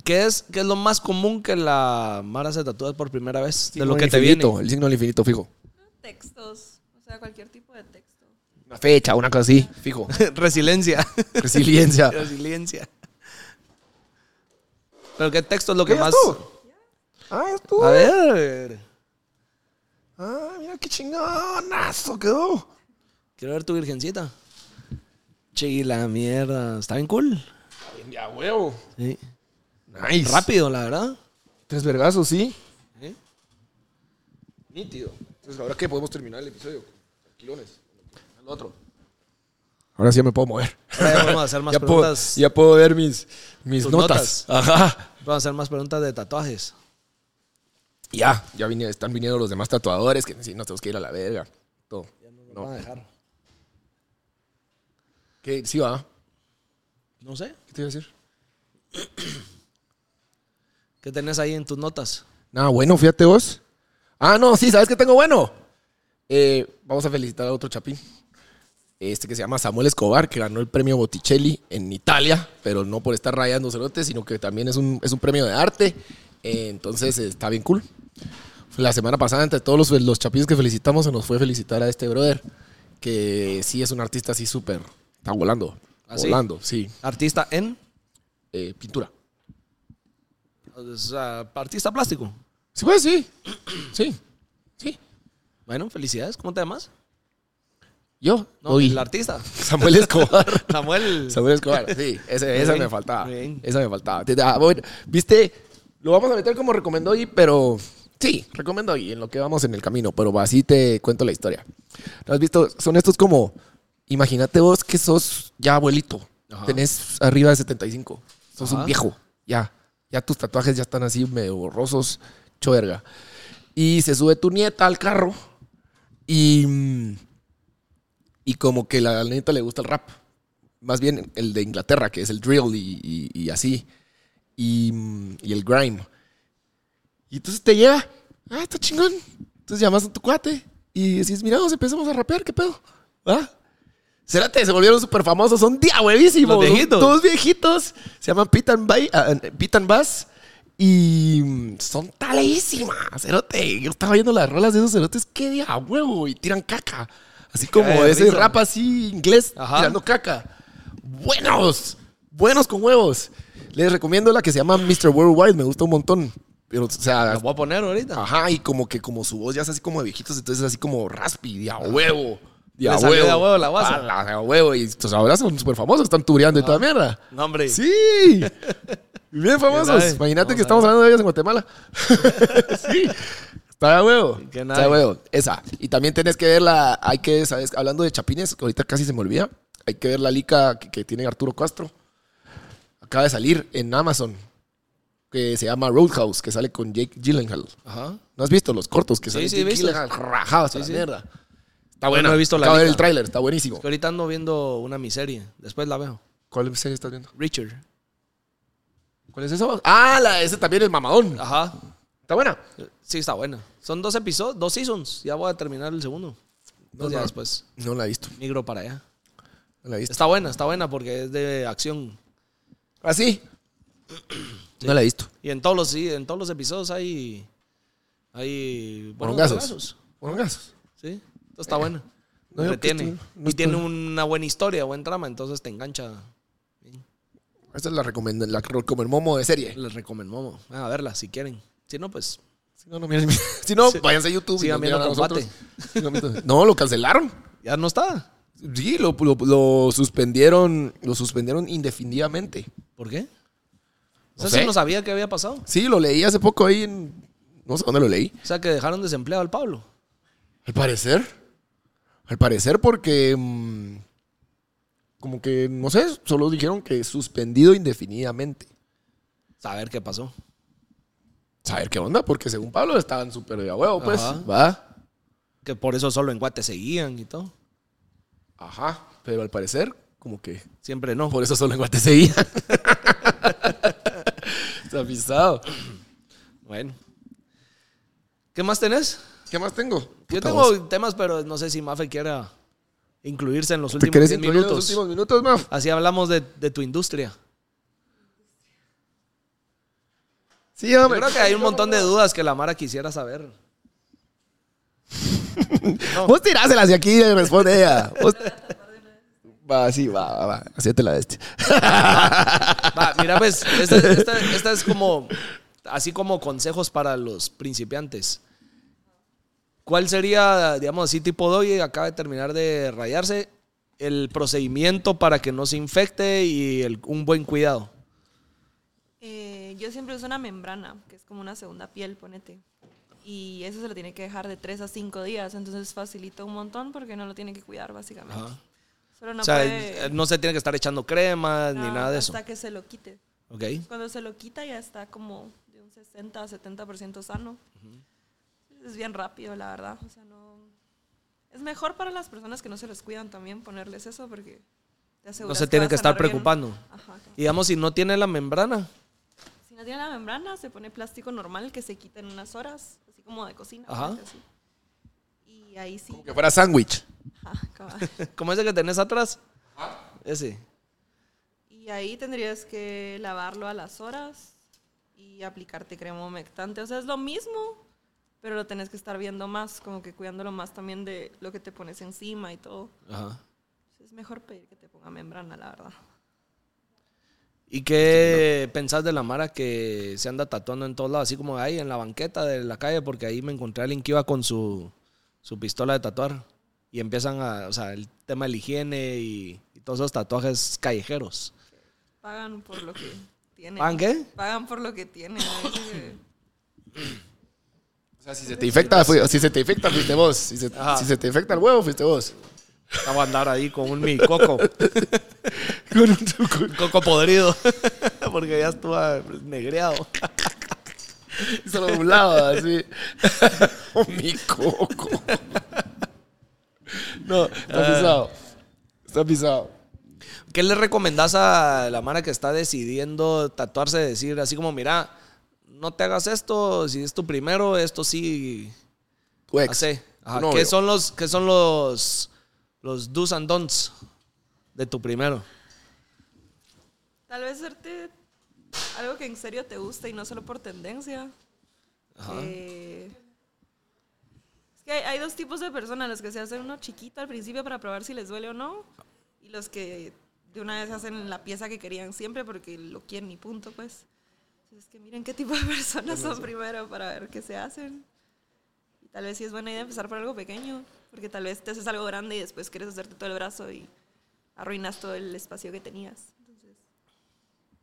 S1: ¿Qué es, ¿Qué es lo más común que la Mara se tatúe por primera vez? de lo que te viene.
S2: infinito, El signo del infinito, fijo.
S3: Textos, o sea, cualquier tipo de texto.
S2: Una fecha, una cosa así, fijo.
S1: Resiliencia.
S2: Resiliencia.
S1: Resiliencia. ¿Pero qué texto es lo que
S2: ¿Qué
S1: más...?
S2: Ah, es
S1: A ver.
S2: Ah, mira qué chingonazo quedó.
S1: Quiero ver tu virgencita. Che, la mierda. Está bien cool.
S2: Ya huevo.
S1: Sí.
S2: Nice.
S1: Rápido, la verdad.
S2: Tres vergazos, sí.
S1: Sí.
S2: ¿Eh? Nítido. Entonces, ahora que podemos terminar el episodio. Tranquilones. Al otro. Ahora sí ya me puedo mover.
S1: Ahora ya vamos a hacer más
S2: ya, puedo,
S1: preguntas.
S2: ya puedo ver mis, mis
S1: Tus
S2: notas. Ajá.
S1: Vamos a hacer más preguntas de tatuajes.
S2: Ya, ya vine- están viniendo los demás tatuadores que si no tenemos que ir a la verga. Todo. No.
S1: Van a dejar.
S2: ¿Qué? Sí, va.
S1: No sé.
S2: ¿Qué te iba a decir?
S1: ¿Qué tenés ahí en tus notas?
S2: Nada, bueno, fíjate vos. Ah, no, sí, ¿sabes qué tengo bueno? Eh, vamos a felicitar a otro chapín. Este que se llama Samuel Escobar, que ganó el premio Botticelli en Italia, pero no por estar rayando cerotes, sino que también es un, es un premio de arte. Eh, entonces eh, está bien cool. La semana pasada, entre todos los, los chapines que felicitamos, se nos fue a felicitar a este brother. que sí es un artista así súper. Está volando.
S1: ¿Ah, sí?
S2: Volando, sí.
S1: Artista en.
S2: Eh, pintura.
S1: o sea, artista plástico.
S2: Sí, pues sí. Sí. Sí.
S1: Bueno, felicidades. ¿Cómo te llamas?
S2: Yo.
S1: No,
S2: soy
S1: el artista.
S2: Samuel Escobar.
S1: Samuel.
S2: Samuel Escobar, sí. ese- esa
S1: bien,
S2: me faltaba.
S1: muy bien.
S2: Esa me faltaba. Te- ah, bueno, viste, lo vamos a meter como recomendó hoy, pero sí, recomendó hoy en lo que vamos en el camino, pero así te cuento la historia. ¿Lo has visto? Son estos como, imagínate vos que sos ya abuelito,
S1: Ajá.
S2: tenés arriba de 75, sos
S1: Ajá.
S2: un viejo, ya, ya tus tatuajes ya están así medio borrosos, choverga. Y se sube tu nieta al carro y... mm, Y como que la nieta le gusta el rap más bien el de Inglaterra, que es el drill y, y- y así, y, mm, y el grime. Y entonces te lleva, ah, está chingón. Entonces llamas a tu cuate y decís, mira, nos empezamos a rapear, ¿qué pedo? ¿Ah? Cérate, se volvieron súper famosos, son día huevísimos.
S1: Los
S2: son
S1: viejitos.
S2: Todos viejitos. Se llaman Pit and, Bay- ah, Pit and Bass. Y mm, son taleísimas, cerote. Yo estaba viendo las rolas de esos cerotes, qué día huevo. Y tiran caca. Así como
S1: Cae de
S2: ese
S1: risa.
S2: rap así inglés
S1: Ajá.
S2: tirando caca. Buenos, buenos con huevos. Les recomiendo la que se llama Mr. Worldwide, me gusta un montón. Pero, o sea,
S1: La voy a poner ahorita.
S2: ajá, y como que como su voz ya es así como de viejitos, entonces es así como raspy, de a
S1: Ah.
S2: huevo. De
S1: Le
S2: a
S1: salió
S2: huevo.
S1: de a huevo la guasa. Ah.
S2: A la- a huevo. Y pues ahora son súper famosos, están tureando y toda mierda.
S1: No, hombre.
S2: Sí. Bien
S1: Qué
S2: famosos.
S1: nice. Vamos
S2: Imagínate que
S1: a
S2: estamos hablando de ellos en Guatemala. sí. Está de huevo.
S1: Qué
S2: Está de
S1: nice.
S2: huevo. Esa. Y también tenés que ver la. Hay que, ¿sabes? Hablando de chapines, que ahorita casi se me olvida. Hay que ver la lica que, que tiene Arturo Castro. Acaba de salir en Amazon. Que se llama Roadhouse, que sale con Jake Gyllenhaal.
S1: Ajá.
S2: ¿No has visto los cortos que
S1: Sí,
S2: salen?
S1: sí,
S2: Jake
S1: he visto.
S2: Gyllenhaal rajado hasta la
S1: sí.
S2: mierda. Está
S1: No,
S2: bueno.
S1: no he visto la
S2: Acaba de ver
S1: lica.
S2: el tráiler, está buenísimo.
S1: Que ahorita ando viendo una miseria. Después la veo.
S2: ¿Cuál serie estás viendo?
S1: Richard.
S2: ¿Cuál es eso? Ah, la, ese también es mamadón.
S1: Ajá.
S2: Está buena.
S1: Sí, está buena. Son dos episodios, dos seasons. Ya voy a terminar el segundo. Dos días
S2: no.
S1: después.
S2: No la he visto.
S1: Migro para allá.
S2: No la he visto.
S1: Está buena, está buena porque es de acción.
S2: ¿Ah, sí? No la he visto.
S1: Y en todos los, sí, en todos los episodios hay. Hay. buenos
S2: Porongazos.
S1: balazos,
S2: Porongazos.
S1: Sí. Entonces está buena.
S2: Eh, no, yo que
S1: Entretiene.
S2: estoy- no
S1: y tiene
S2: estoy-
S1: una buena historia, buen trama. Entonces te engancha.
S2: Esta es la recomenda, la recomendomo de serie.
S1: Les recomendamos. A verla si quieren. Si no, pues.
S2: Si no, no miren- si no,
S1: Sí.
S2: váyanse a YouTube
S1: Sigan
S2: nos miran
S1: viendo
S2: a nosotros. Si no, miren- No, lo cancelaron.
S1: Ya no está.
S2: Sí, lo, lo- lo suspendieron, lo suspendieron indefinidamente.
S1: ¿Por qué?
S2: No
S1: No
S2: sé.
S1: no sabía qué había pasado.
S2: Sí, lo leí hace poco ahí en, no sé dónde lo leí.
S1: O sea, que dejaron desempleado al Pablo.
S2: Al parecer. Al parecer porque... mm, como que, no sé, solo dijeron que suspendido indefinidamente.
S1: Saber qué pasó.
S2: Saber qué onda, porque según Pablo estaban súper de a huevo, pues.
S1: Ajá.
S2: Va.
S1: Que por eso solo en Guate seguían y todo.
S2: Ajá, pero al parecer, como que
S1: Siempre no.
S2: por eso solo en Guate seguía. Está pisado.
S1: Bueno. ¿Qué más tenés?
S2: ¿Qué más tengo?
S1: Yo
S2: Puta,
S1: tengo
S2: vos.
S1: temas, pero no sé si Mafe quiera incluirse en los
S2: ¿Te
S1: últimos
S2: querés
S1: 10
S2: incluir en los
S1: minutos.
S2: últimos minutos, Maf?
S1: Así hablamos de, de tu industria.
S2: Sí, hombre.
S1: Yo creo que hay un montón de dudas que la Mara quisiera saber.
S2: Vos tiráselas de aquí y responde ella. Vos- Va, sí, va, va, va. Así te la este.
S1: Va, mira, pues, esta, esta- esta es como, así como consejos para los principiantes. ¿Cuál sería, digamos así, tipo doy, acaba de terminar de rayarse, el procedimiento para que no se infecte y el- un buen cuidado?
S3: Eh, yo siempre uso una membrana, que es como una segunda piel, ponete. Y eso se lo tiene que dejar de 3 a 5 días, entonces facilita un montón porque no lo tiene que cuidar, básicamente. Solo no
S1: o sea, eh,
S3: puede...
S1: no se tiene que estar echando cremas ni
S3: no,
S1: nada de eso.
S3: Hasta que se lo quite.
S1: ¿Ok?
S3: Cuando se lo quita ya está como de un 60 a 70% sano. Es bien rápido, la verdad. O sea, no... Es mejor para las personas que no se los cuidan también ponerles eso porque te
S1: No
S3: aseguras
S1: se
S3: que
S1: tienen
S3: vas
S1: que
S3: a
S1: estar
S3: sanar bien.
S1: preocupando.
S3: Ajá, ajá.
S1: Digamos, si no tiene la membrana,
S3: Si no tiene la membrana, se pone plástico normal que se quita en unas horas, así como de cocina.
S1: Ajá.
S3: ponete así. Y ahí sí.
S2: Que fuera sándwich.
S3: ajá, cabal.
S1: como ese que tenés atrás, ese.
S3: y ahí tendrías que lavarlo a las horas y aplicarte crema humectante. O sea, es lo mismo, pero lo tenés que estar viendo más, como que cuidándolo más también de lo que te pones encima y todo.
S1: Ajá.
S3: Es mejor pedir que te ponga membrana, la verdad.
S1: ¿Y qué pensás de la Mara que se anda tatuando en todos lados? Así como ahí en la banqueta de la calle, porque ahí me encontré a alguien que iba con su, su pistola de tatuar. Y empiezan a, o sea, el tema de la higiene y, y todos esos tatuajes callejeros.
S3: Pagan por lo que tienen.
S1: ¿Pagan qué?
S3: Pagan por lo que tienen. a veces, eh.
S2: O sea, si se te infecta, fui- si se te infecta, fuiste vos. Si se,
S1: Ajá.
S2: si se te infecta el huevo, fuiste vos.
S1: Acabo de andar ahí con un mi coco,
S2: Con un truco.
S1: coco podrido, porque ya estuvo
S2: ah,
S1: negreado.
S2: Solo un lado, así. Oh, mi coco. No, está pisado. Está pisado.
S1: ¿Qué le recomendás a la Mara que está decidiendo tatuarse? Decir así como, mira, no te hagas esto, si es tu primero, esto sí
S2: Tu ex.
S1: hace. Ajá,
S2: tu novio.
S1: ¿Qué son los, qué son los, los do's and don'ts de tu primero?
S3: Tal vez hacerte algo que en serio te guste y no solo por tendencia. Que- Es que hay, hay dos tipos de personas, los que se hacen uno chiquito al principio para probar si les duele o no, y los que de una vez hacen la pieza que querían siempre porque lo quieren y punto, pues. Entonces, que miren qué tipo de personas son primero para ver qué se hacen. Y tal vez sí es buena idea empezar por algo pequeño, porque tal vez te haces algo grande y después quieres hacerte todo el brazo y arruinas todo el espacio que tenías. Entonces,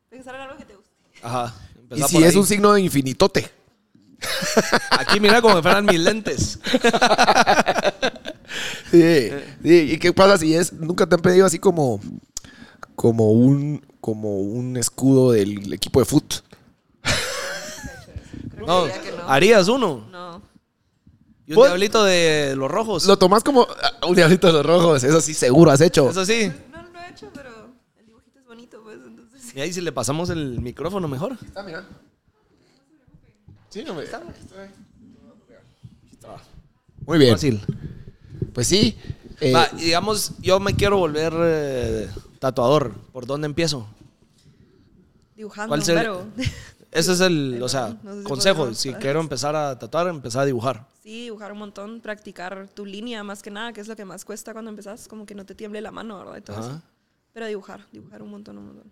S3: pensar en algo que te guste.
S1: Ajá.
S2: Y
S1: empezá
S2: si
S1: por
S2: es
S1: ahí.
S2: un signo de infinitote.
S1: Aquí mira como me fueran mis lentes.
S2: Sí, sí. ¿Y qué pasa si es? Nunca te han pedido así como, como un, como un escudo del equipo de foot.
S1: No,
S3: diría que no.
S1: harías uno.
S3: No.
S1: Y un
S2: Pon-
S1: diablito de los rojos.
S2: Lo tomás como ah, un diablito de los rojos. Eso sí, seguro has hecho.
S1: Eso sí.
S3: No lo he hecho, pero el dibujito es bonito, pues, entonces sí.
S1: Y ahí si le pasamos el micrófono mejor.
S2: Ah, mira. Sí, no me- Muy bien.
S1: Fácil.
S2: Pues sí. eh,
S1: Va, y digamos, yo me quiero volver eh, tatuador. ¿Por dónde empiezo?
S3: Dibujando,
S1: ¿Cuál sería?
S3: pero.
S1: Ese es el, o sea,
S3: no sé si
S1: consejo.
S3: podemos
S1: Si
S3: hablar.
S1: quiero empezar a tatuar, empezar a dibujar.
S3: Sí, dibujar un montón, practicar tu línea más que nada, que es lo que más cuesta cuando empezás, como que no te tiemble la mano, ¿verdad? Y todo
S1: Ajá.
S3: eso. Pero dibujar, dibujar un montón, un montón.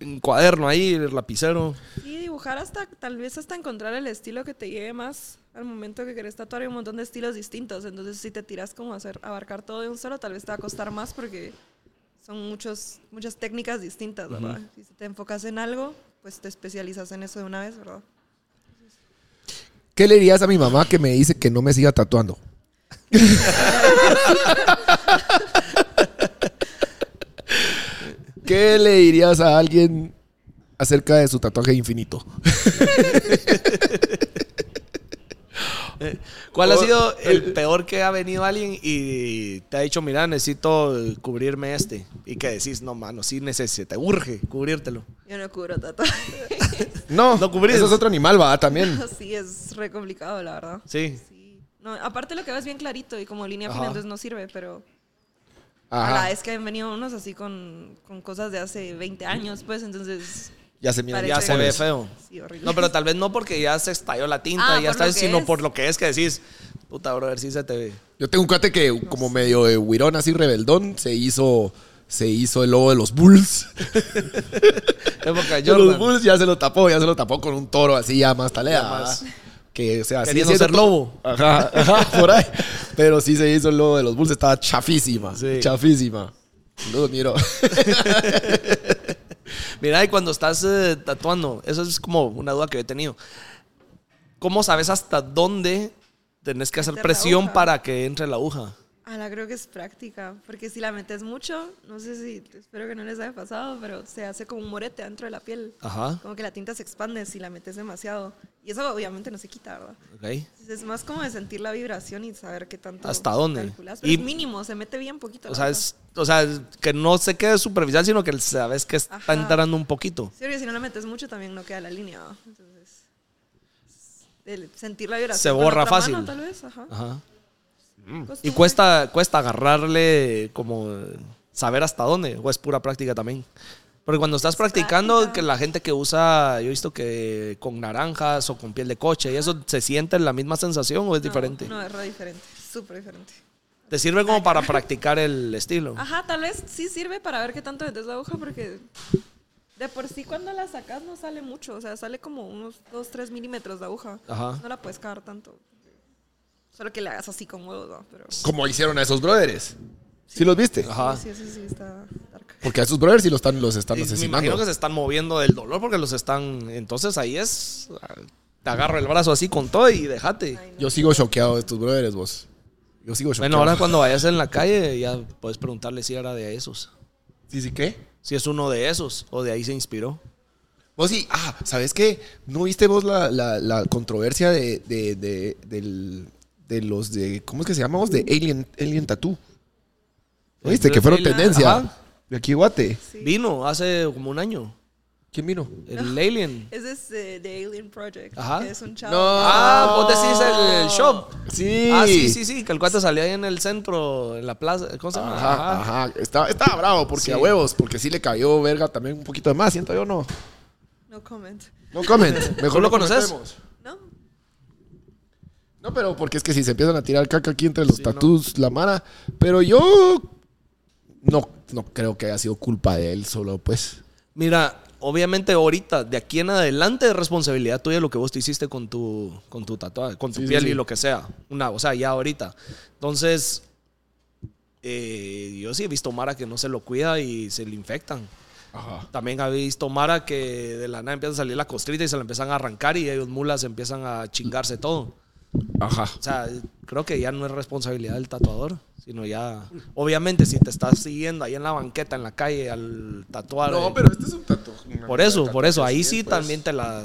S1: Un cuaderno ahí, lapicero.
S3: Sí, dibujar hasta, tal vez hasta encontrar el estilo que te lleve más al momento que querés tatuar hay un montón de estilos distintos. Entonces, si te tiras como a hacer, abarcar todo de un solo, tal vez te va a costar más porque son muchos, muchas técnicas distintas, ¿verdad? Si te enfocas en algo, pues te especializas en eso de una vez, ¿verdad?
S2: ¿Qué le dirías a mi mamá que me dice que no me siga tatuando? ¿Qué le dirías a alguien acerca de su tatuaje infinito?
S1: ¿Cuál ha sido el peor que ha venido alguien y te ha dicho, mira, necesito cubrirme este? Y que decís, no, mano, sí necesito, te urge cubrírtelo.
S3: Yo no cubro tatuajes.
S2: No,
S1: No cubrís.
S2: Eso es otro animal, va, también.
S3: sí, es re complicado, la verdad.
S1: Sí.
S3: Sí. No, aparte lo que ves bien clarito y como línea fina,
S1: Ajá.
S3: entonces no sirve, pero... A la
S2: Ajá.
S3: vez que han venido unos así con, con cosas de hace 20 años, pues entonces...
S2: Ya se mira.
S3: Parece-
S1: Ya se ve feo.
S3: Sí, horrible.
S1: No, pero tal vez no porque ya se estalló la tinta,
S3: Ah,
S1: y ya
S3: por lo
S1: está,
S3: que
S1: sino
S3: es.
S1: por lo que es que decís, puta, bro, a ver si se te ve.
S2: Yo tengo un cuate que como medio de huirón así rebeldón se hizo se hizo el logo de los Bulls.
S1: Época
S2: De los
S1: Jordan.
S2: Bulls ya se lo tapó, ya se lo tapó con un toro así ya más talea.
S1: más.
S2: ¿verdad? Que o sea, sigue
S1: Queriendo ser
S2: siendo-
S1: lobo.
S2: Ajá, ajá, por ahí. Pero sí se hizo el logo de los Bulls, estaba chafísima,
S1: Sí.
S2: chafísima. No lo miro.
S1: Mira, y cuando estás eh, tatuando, eso es como una duda que yo he tenido. ¿Cómo sabes hasta dónde tenés que hacer
S3: Meter la
S1: presión
S3: aguja.
S1: para que entre la aguja?
S3: Ah, la creo que es práctica, porque si la metes mucho, no sé si, espero que no les haya pasado, pero se hace como un morete dentro de la piel.
S1: Ajá.
S3: Como que la tinta se expande si la metes demasiado. Y eso obviamente no se quita, ¿verdad?
S1: ¿Ok?
S3: Entonces, Es más como de sentir la vibración y saber qué tanto.
S1: ¿Hasta dónde?
S3: calculas, pero
S1: Y-
S3: es mínimo, se mete bien poquito.
S1: O
S3: la
S1: sea,
S3: verdad.
S1: es- o sea, es que no se quede superficial, sino que sabes que está
S3: Ajá.
S1: entrando un poquito.
S3: Sí, porque si no la metes mucho también no queda la línea, ¿va? Entonces. el sentir la vibración.
S1: Se
S3: con la
S1: borra
S3: otra mano,
S1: fácil.
S3: tal vez, ajá.
S1: Ajá. Y
S3: Costumbre.
S1: cuesta, cuesta agarrarle como saber hasta dónde, o es pura práctica también. Porque cuando estás practicando, que la gente que usa, yo he visto que con naranjas o con piel de coche, ¿y eso se siente la misma sensación o es diferente?
S3: No, es re diferente, súper diferente.
S1: Te sirve como para practicar el estilo.
S3: Ajá, tal vez sí sirve para ver qué tanto metes la aguja, porque de por sí cuando la sacas no sale mucho, o sea, sale como unos 2, 3 milímetros de aguja.
S1: Ajá.
S3: No la puedes cagar tanto. Solo que la hagas así con huevos, ¿no? Pero sí,
S2: Como hicieron a esos brothers. ¿Sí los viste?
S1: Ajá.
S3: sí, sí, sí, está dark.
S2: Porque a esos brothers sí los están, los están
S1: Y me imagino que
S2: asesinando.
S1: se están moviendo del dolor porque los están. Entonces ahí es. ah, Te agarro el brazo así con todo y déjate.
S2: Yo sigo choqueado de estos brothers, vos. Yo sigo choqueado.
S1: Bueno, ahora cuando vayas en la calle ya puedes preguntarle si era de esos.
S2: ¿Sí, sí, qué?
S1: Si es uno de esos o de ahí se inspiró.
S2: Vos sí, ah, ¿sabes qué? ¿No viste vos la, la- la controversia de, de- de- del- de los de, ¿cómo es que se llama vos? De Alien, Alien Tattoo. ¿No viste?
S1: El
S2: Que fueron
S1: Alien-
S2: tendencia.
S1: ajá.
S2: De aquí, Guate.
S1: Vino hace como un año.
S2: ¿Quién vino?
S1: El Alien.
S3: Ese es eh, The Alien Project,
S1: Ajá.
S3: que es un chavo.
S1: Ah, vos decís el, el shop.
S2: Sí.
S1: Ah, sí, sí, sí. Que el cuate salía ahí en el centro, en la plaza. ¿Cómo se llama?
S2: Ajá, ajá. Estaba, estaba bravo porque
S1: Sí.
S2: a huevos, porque sí le cayó verga también un poquito de más, siento yo, no.
S3: No comment.
S2: No comment. Mejor
S1: ¿Tú lo
S2: no
S1: conoces?
S2: comentemos.
S3: ¿No?
S2: No, pero porque es que si se empiezan a tirar caca aquí entre los tatús, la mara. Pero yo no, no creo que haya sido culpa de él solo, pues.
S1: Mira, obviamente ahorita, de aquí en adelante, es responsabilidad tuya lo que vos te hiciste con tu, con tu tatuaje, con tu
S2: Sí, sí,
S1: piel
S2: sí.
S1: y lo que sea. Una, o sea, ya ahorita. Entonces, eh, yo sí he visto Mara que no se lo cuida y se le infectan.
S2: Ajá.
S1: También he visto Mara que de la nada empieza a salir la costrita y se la empiezan a arrancar y ellos mulas empiezan a chingarse todo.
S2: Ajá.
S1: O sea, creo que ya no es responsabilidad del tatuador, sino ya... Obviamente, si te estás siguiendo ahí en la banqueta, en la calle, al tatuar... eh,
S2: este es un tatuaje.
S1: por eso, por eso. Ahí sí
S2: pues.
S1: también te la...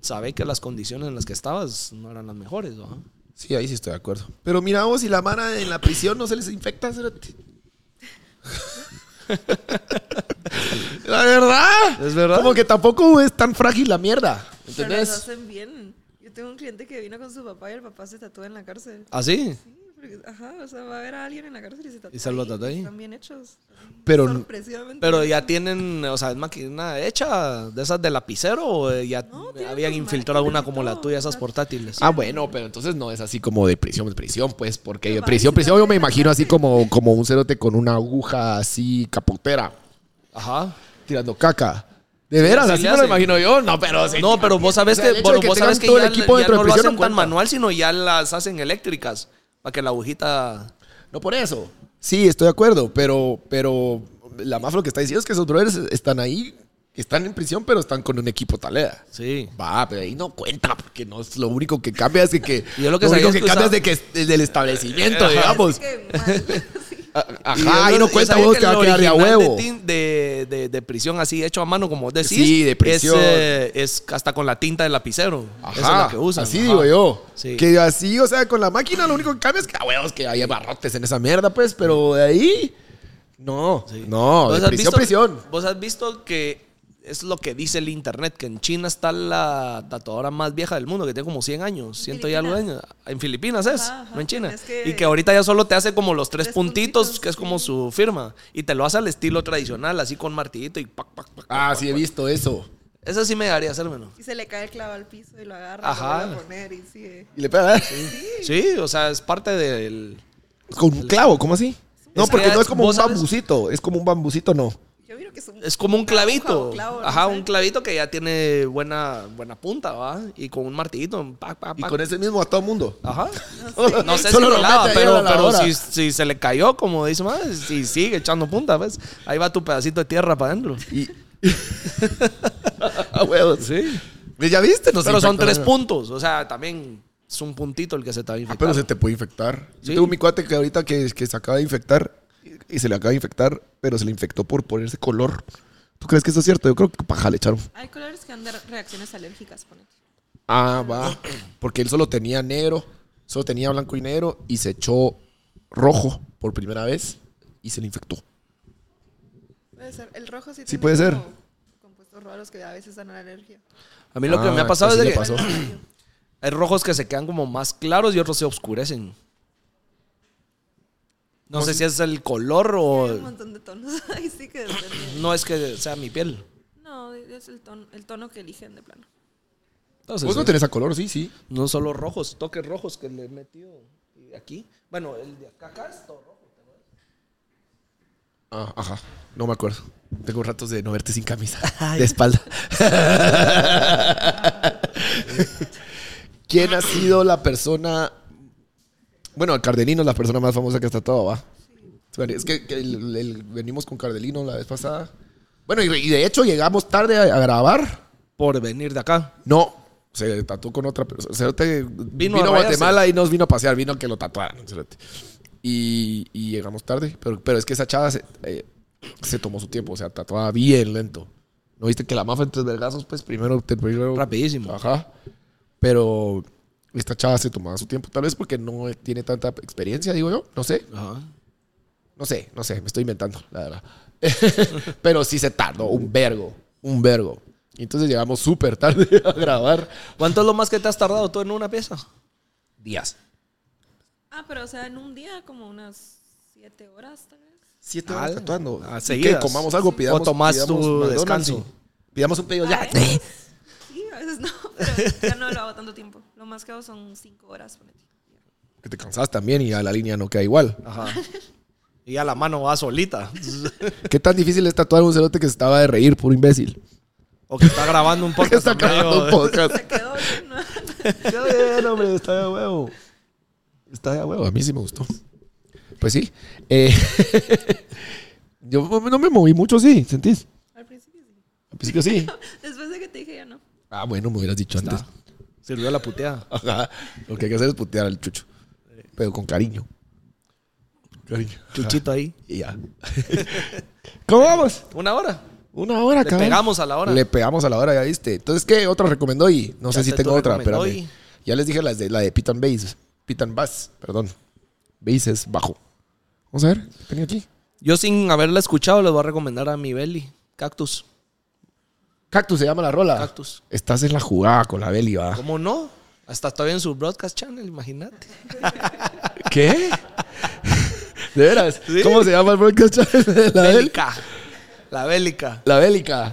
S1: Sabe que las condiciones en las que estabas no eran las mejores, ¿no?
S2: Sí, ahí sí estoy de acuerdo. Pero mira vos, si la mara en la prisión no se les infecta, cerote. la verdad.
S1: Es verdad.
S2: Como que tampoco es tan frágil la mierda.
S3: Pero los
S2: ¿Entendés?
S3: hacen bien. Yo tengo un cliente que vino con su papá y el papá se tatúa en la cárcel.
S1: ¿Así?
S3: Sí, porque, ajá, o sea, va a ver a alguien en la cárcel y se tatúa.
S1: Y se lo
S3: ahí,
S1: tatúa ahí.
S3: Están bien hechos.
S2: Pero-
S3: Sorpresivamente.
S1: Pero ya tienen, o sea, es máquina hecha de esas de lapicero o eh, ya
S3: No, tienen
S1: habían
S3: sus
S1: infiltrado
S3: máquinas
S1: una
S3: y
S1: como la
S3: todo,
S1: tuya,
S3: o
S1: esas
S3: sea,
S1: portátiles.
S2: Ah, bueno, pero entonces no es así como de prisión, de prisión, pues, porque de
S3: va,
S2: prisión,
S3: se
S2: prisión,
S3: va
S2: yo me
S3: a
S2: imagino así
S3: hacer.
S2: como, como un cerote con una aguja así capotera,
S1: Ajá.
S2: tirando caca. De veras,
S1: así
S2: así
S1: le
S2: me lo
S1: hacen.
S2: imagino yo. No, pero sí.
S1: No, pero vos sabes
S2: O sea, el
S1: que,
S2: hecho de
S1: bueno,
S2: que
S1: vos sabes
S2: tengan
S1: que
S2: todo el
S1: ya,
S2: equipo
S1: ya
S2: dentro de
S1: no lo
S2: prisión,
S1: hacen
S2: no
S1: tan
S2: cuenta.
S1: manual, sino ya las hacen eléctricas para que la agujita...
S2: No por eso. Sí, estoy de acuerdo, pero, pero la más lo que está diciendo es que esos brothers están ahí, están en prisión, pero están con un equipo talea.
S1: Sí.
S2: Va, pero ahí no cuenta, porque no es lo único que cambia es de que,
S1: Y yo lo que
S2: único
S1: sabía
S2: que
S1: es que
S2: cambia
S1: usaba-
S2: es de que es del establecimiento, digamos.
S3: Así que, mal. Sí.
S1: Y
S2: Ajá, ahí
S1: Ah, yo-
S2: no
S1: yo
S2: cuenta
S1: sabía
S2: vos que va
S1: el
S2: a quedar de a
S1: original
S2: huevo.
S1: De, tin- de, de- de prisión así hecho a mano, como vos decís.
S2: Sí, de prisión.
S1: Es, eh, es hasta con la tinta del lapicero.
S2: Ajá,
S1: Esa es la que usan.
S2: Así
S1: ajá.
S2: digo yo.
S1: Sí.
S2: Que así, o sea, con la máquina lo único que cambia es que, ah, huevos, que hay barrotes en esa mierda, pues, pero de ahí. No,
S1: Sí.
S2: no,
S1: ¿Vos
S2: de
S1: has
S2: prisión,
S1: visto-
S2: prisión.
S1: Vos has visto que es lo que dice el internet, que en China está la tatuadora más vieja del mundo, que tiene como 100 años,
S3: En
S1: ciento y algo
S3: Filipinas.
S1: años. Ah, En Filipinas es,
S3: Ajá, ajá,
S1: no en China.
S3: es que-
S1: y que ahorita ya solo te hace como los tres,
S3: Tres
S1: puntitos,
S3: puntitos,
S1: que es como
S3: sí.
S1: su firma. Y te lo hace al estilo tradicional, así con martillito y pac, pac, pac.
S2: Ah, sí, he visto eso.
S1: Eso sí me daría hacérmelo.
S3: Y se le cae el clavo al piso y lo agarra.
S1: Ajá.
S3: Lo vuelve a poner y eh. sigue.
S2: Y le pega, ¿eh?
S1: Sí, o sea, es parte del.
S2: Con un clavo, ¿cómo así? No,
S1: Es
S2: porque
S1: que
S2: no es como un
S1: vos sabes-
S2: bambucito. Es como un bambucito, no.
S3: Yo miro que es un.
S1: Es como un clavito.
S3: Aguja o clavo, no
S1: Ajá,
S3: sé.
S1: un clavito que ya tiene buena, buena punta, ¿va? Y con un martillito, pac, pac,
S2: Y
S1: pac.
S2: con ese mismo a todo el mundo.
S1: Ajá.
S2: Solo-
S1: No sé
S2: solo
S1: si lo
S2: lo
S1: lava,
S2: mete ahí a
S1: pero,
S2: la
S1: pero
S2: hora.
S1: si, si se le cayó, como dice más, si sigue echando punta, ¿ves? Ahí va tu pedacito de tierra para adentro.
S2: Y. ah, huevos.
S1: Sí.
S2: ¿Ya viste? Nos
S1: Pero son
S2: infectó,
S1: tres
S2: ¿no?
S1: puntos, o sea, también es un puntito el que se te va a
S2: Ah,
S1: infectar.
S2: pero se te puede infectar. Yo
S1: Sí.
S2: tengo mi cuate que ahorita que, que se acaba de infectar y se le acaba de infectar, pero se le infectó por ponerse color. ¿Tú crees que eso es cierto? Yo creo que paja le echaron.
S3: Hay colores que han de reacciones alérgicas, ponete.
S2: Ah, va. Porque él solo tenía negro, solo tenía blanco y negro y se echó rojo por primera vez y se le infectó.
S3: Puede ser. El rojo sí,
S2: Sí,
S3: tiene
S2: puede ser.
S3: como Compuestos raros que a veces dan alergia.
S1: a mí lo que
S2: Ah,
S1: me ha pasado
S2: así
S1: es de
S2: le
S1: que
S2: pasó.
S1: hay rojos que se quedan como más claros y otros se oscurecen. No sé si es el color o.
S3: Un montón de tonos. Ahí sí que depende.
S1: No es que sea mi piel.
S3: No, es el tono, el tono que eligen de plano.
S1: Entonces,
S2: Vos Pues no
S1: eh,
S2: tenés a color, sí, sí.
S1: no solo rojos, toques rojos que le he metido aquí. Bueno, el de acá, acá es todo rojo.
S2: Ah, ajá. No me acuerdo. Tengo ratos de no verte sin camisa. De espalda. ¿Quién ha sido la persona? Bueno, Cardelino es la persona más famosa que ha tratado, va. Es que, que el- el- venimos con Cardelino la vez pasada. Bueno, y, re- y de hecho llegamos tarde a, a grabar.
S1: Por venir de acá.
S2: No, se tatuó con otra persona. Cerote vino,
S1: a
S2: a
S1: rayarse.
S2: Guatemala y nos vino a pasear, vino a que lo tatuaran. cerote. Y, y llegamos tarde, pero, pero es que esa chava se, eh, se tomó su tiempo, o sea, tatuaba bien lento. ¿No viste que la mafa entre vergazos, pues primero, te- primero-
S1: Rapidísimo.
S2: Ajá. Pero esta chava se tomaba su tiempo, tal vez porque no tiene tanta experiencia, digo yo. No sé,
S1: Ajá.
S2: no sé, no sé, me estoy inventando, la verdad. pero sí se tardó, un vergo, un vergo. Y Entonces llegamos súper tarde a grabar.
S1: ¿Cuánto es lo más que te has tardado tú en una pieza?
S2: días.
S3: Ah, pero o sea, en un día como unas siete horas tal vez.
S2: Siete
S1: horas
S2: horas
S1: tatuando.
S2: tatuando.
S1: Ah,
S2: Así que
S1: seguidas.
S2: comamos algo, pidamos.
S1: O tomás
S2: pidamos
S1: tu
S2: McDonald's
S1: descanso.
S2: y Pidamos un pedido ya.
S3: A veces sí, a veces no, pero ya no lo hago tanto tiempo. Lo más que hago son cinco horas, ponete.
S2: Que te cansas también y a la línea no queda igual.
S1: Ajá. Y ya la mano va solita.
S2: ¿Qué tan difícil es tatuar un cerote que se estaba de reír, puro imbécil?
S1: O que está grabando un
S2: Que
S1: podcast.
S2: está
S1: a medio-
S2: grabando un podcast.
S3: Se quedó bien, ¿no?
S2: Está bien, hombre, está de huevo. Está de huevo, a mí sí me gustó. Pues sí. eh, yo no me moví mucho, sí, ¿sentís?
S3: Al principio sí.
S2: Al principio sí.
S3: Después de que te dije ya no.
S2: Ah, bueno, me hubieras dicho antes.
S1: Sirvió la puteada.
S2: Ajá. Lo que hay que hacer es putear al chucho. Pero con cariño. Cariño.
S1: Chuchito ahí.
S2: Y ya. ¿Cómo vamos?
S1: Una hora.
S2: Una hora,
S1: Le
S2: cabrón.
S1: pegamos a la hora.
S2: Le pegamos a la hora, ya viste. Entonces, ¿qué otra recomendó? Y no
S1: Ya
S2: sé si
S1: te-
S2: tengo
S1: tú
S2: otra,
S1: recomendó
S2: espérame. Ya les dije las de, la de Pitan Bass. Pitan Bass, perdón. Bass es bajo. Vamos a ver, ¿qué tenía aquí?
S1: Yo sin haberla escuchado les voy a recomendar a mi Belly. Cactus.
S2: Cactus se llama la rola.
S1: Cactus.
S2: Estás en la jugada con la Beli, va.
S1: ¿Cómo no? Hasta estoy en su broadcast channel, imagínate.
S2: ¿Qué? ¿De veras?
S1: Sí.
S2: ¿Cómo se llama el podcast de la Beli?
S1: Bélica. La bélica.
S2: La Bélica.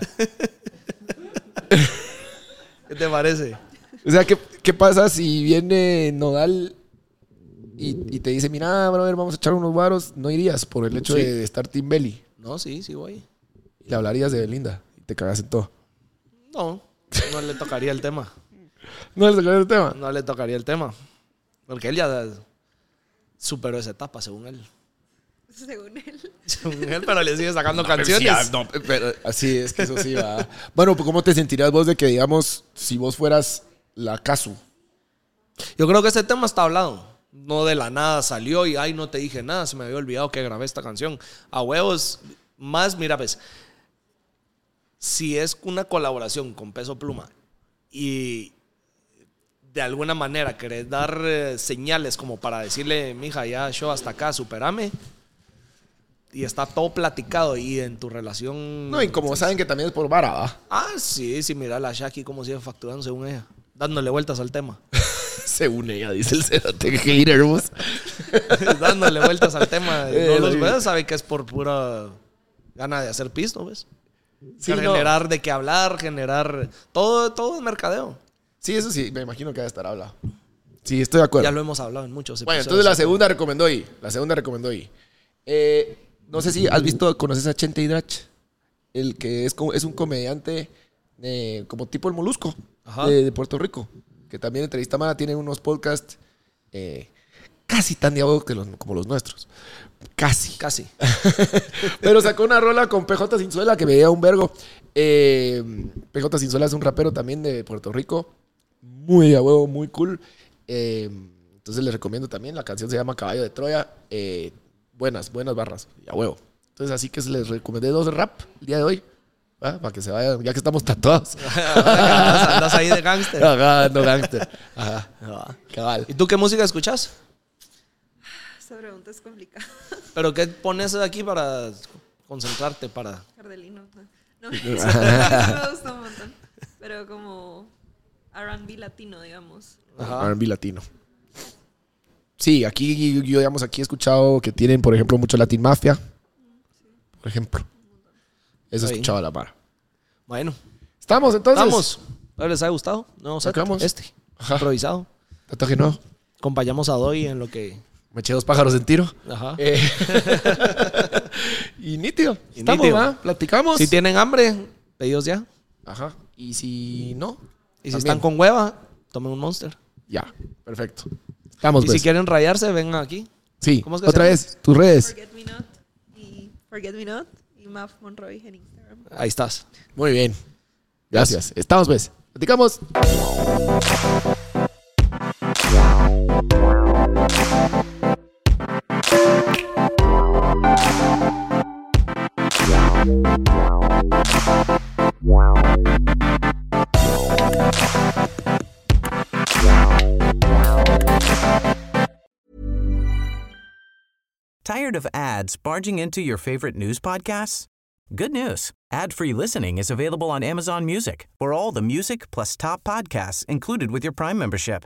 S1: ¿Qué te parece?
S2: O sea, ¿qué, qué pasa si viene Nodal y, y te dice, mira, brother, vamos a echar unos varos? No irías por el hecho de estar Team Belly.
S1: No, sí, sí voy.
S2: Le hablarías de Belinda y te cagas en todo.
S1: No, no le tocaría el tema.
S2: No les el tema.
S1: No le tocaría el tema. Porque él ya superó esa etapa, según él.
S3: Según él.
S1: Según él, pero le sigue sacando canciones.
S2: no, pero así es que eso sí va. Bueno, pues, ¿cómo te sentirías vos de que, digamos, si vos fueras la Casu?
S1: Yo creo que ese tema está hablado. No de la nada salió y ay, no te dije nada, se me había olvidado que grabé esta canción. A huevos, más, mira, pues, si es una colaboración con Peso Pluma y de alguna manera querés dar eh, señales como para decirle, mija, ya yo hasta acá, superame. Y está todo platicado y en tu relación.
S2: No, y como saben que también es por vara, ¿va?
S1: Ah, sí, sí, mira la Shaki cómo sigue facturando según ella, dándole vueltas al tema.
S2: Según ella, dice el cerote hater, vos.
S1: dándole vueltas al tema. No
S2: Eh,
S1: los
S2: sí.
S1: ves, sabe que es por pura gana de hacer pisto, ¿ves?
S2: Sí,
S1: O sea,
S2: no.
S1: generar de qué hablar, generar todo, todo es mercadeo.
S2: Sí, eso sí, me imagino que va a estar hablado. Sí, estoy de acuerdo.
S1: Ya lo hemos hablado en muchos
S2: Bueno,
S1: episodios.
S2: entonces la segunda recomendó ahí. La segunda recomendó ahí. Eh, no sé si has visto, conoces a Chente Hidrach, el que es, como- es un comediante eh, como tipo el Molusco
S1: Ajá.
S2: de, de Puerto Rico, que también entrevista mala, tiene unos podcasts eh, casi tan diabólicos que los- como los nuestros. Casi.
S1: Casi.
S2: Pero sacó una rola con PJ Sinzuela que me veía un vergo. Eh, PJ Sinzuela es un rapero también de Puerto Rico. Muy a huevo, muy cool. Eh, entonces les recomiendo también. La canción se llama Caballo de Troya. Eh, buenas, buenas barras. Y a huevo. Entonces así que les recomendé dos rap el día de hoy. ¿va? Para que se vayan, ya que estamos tatuados.
S1: andas, andas ahí de gángster.
S2: Ajá, no gangster. Ajá. Ah, Cabal.
S1: ¿Y tú qué música escuchas?
S3: Esa pregunta es complicada.
S1: ¿Pero qué pones aquí para concentrarte? Para...
S3: Cardelino. No, no, me gusta un montón. Pero como R&B latino, digamos.
S2: R&B latino. Sí, aquí, yo, digamos, aquí he escuchado que tienen, por ejemplo, mucho Latin Mafia. Por ejemplo. Eso he
S1: Ahí.
S2: escuchado a la vara.
S1: Bueno,
S2: Estamos entonces.
S1: vamos. Espero les haya gustado. No,
S2: Sacamos. Ah.
S1: este.
S2: Ajá.
S1: Improvisado.
S2: Tatuaje nuevo.
S1: Acompañamos a Doy en lo que.
S2: Me eché dos pájaros en tiro.
S1: Ajá.
S2: Eh, y nítido.
S1: Y
S2: Estamos,
S1: nítido.
S2: ¿va? Platicamos.
S1: Si tienen hambre, pedidos ya.
S2: Ajá. Y si no,
S1: Y si
S2: También.
S1: están con hueva, tomen un monster.
S2: ya. Perfecto. Estamos,
S1: Y
S2: pues.
S1: si quieren rayarse, vengan aquí.
S2: sí.
S1: ¿Cómo es que
S2: Otra
S1: se
S2: vez, tus redes.
S3: Forget Me Not y Forget Me Not y Maf Monroy en Instagram.
S1: Ahí estás.
S2: Muy bien. Gracias. Estamos, pues. Platicamos.
S4: Tired of ads barging into your favorite news podcasts? Good news. Ad-free listening is available on Amazon Music. For all the music plus top podcasts included with your Prime membership.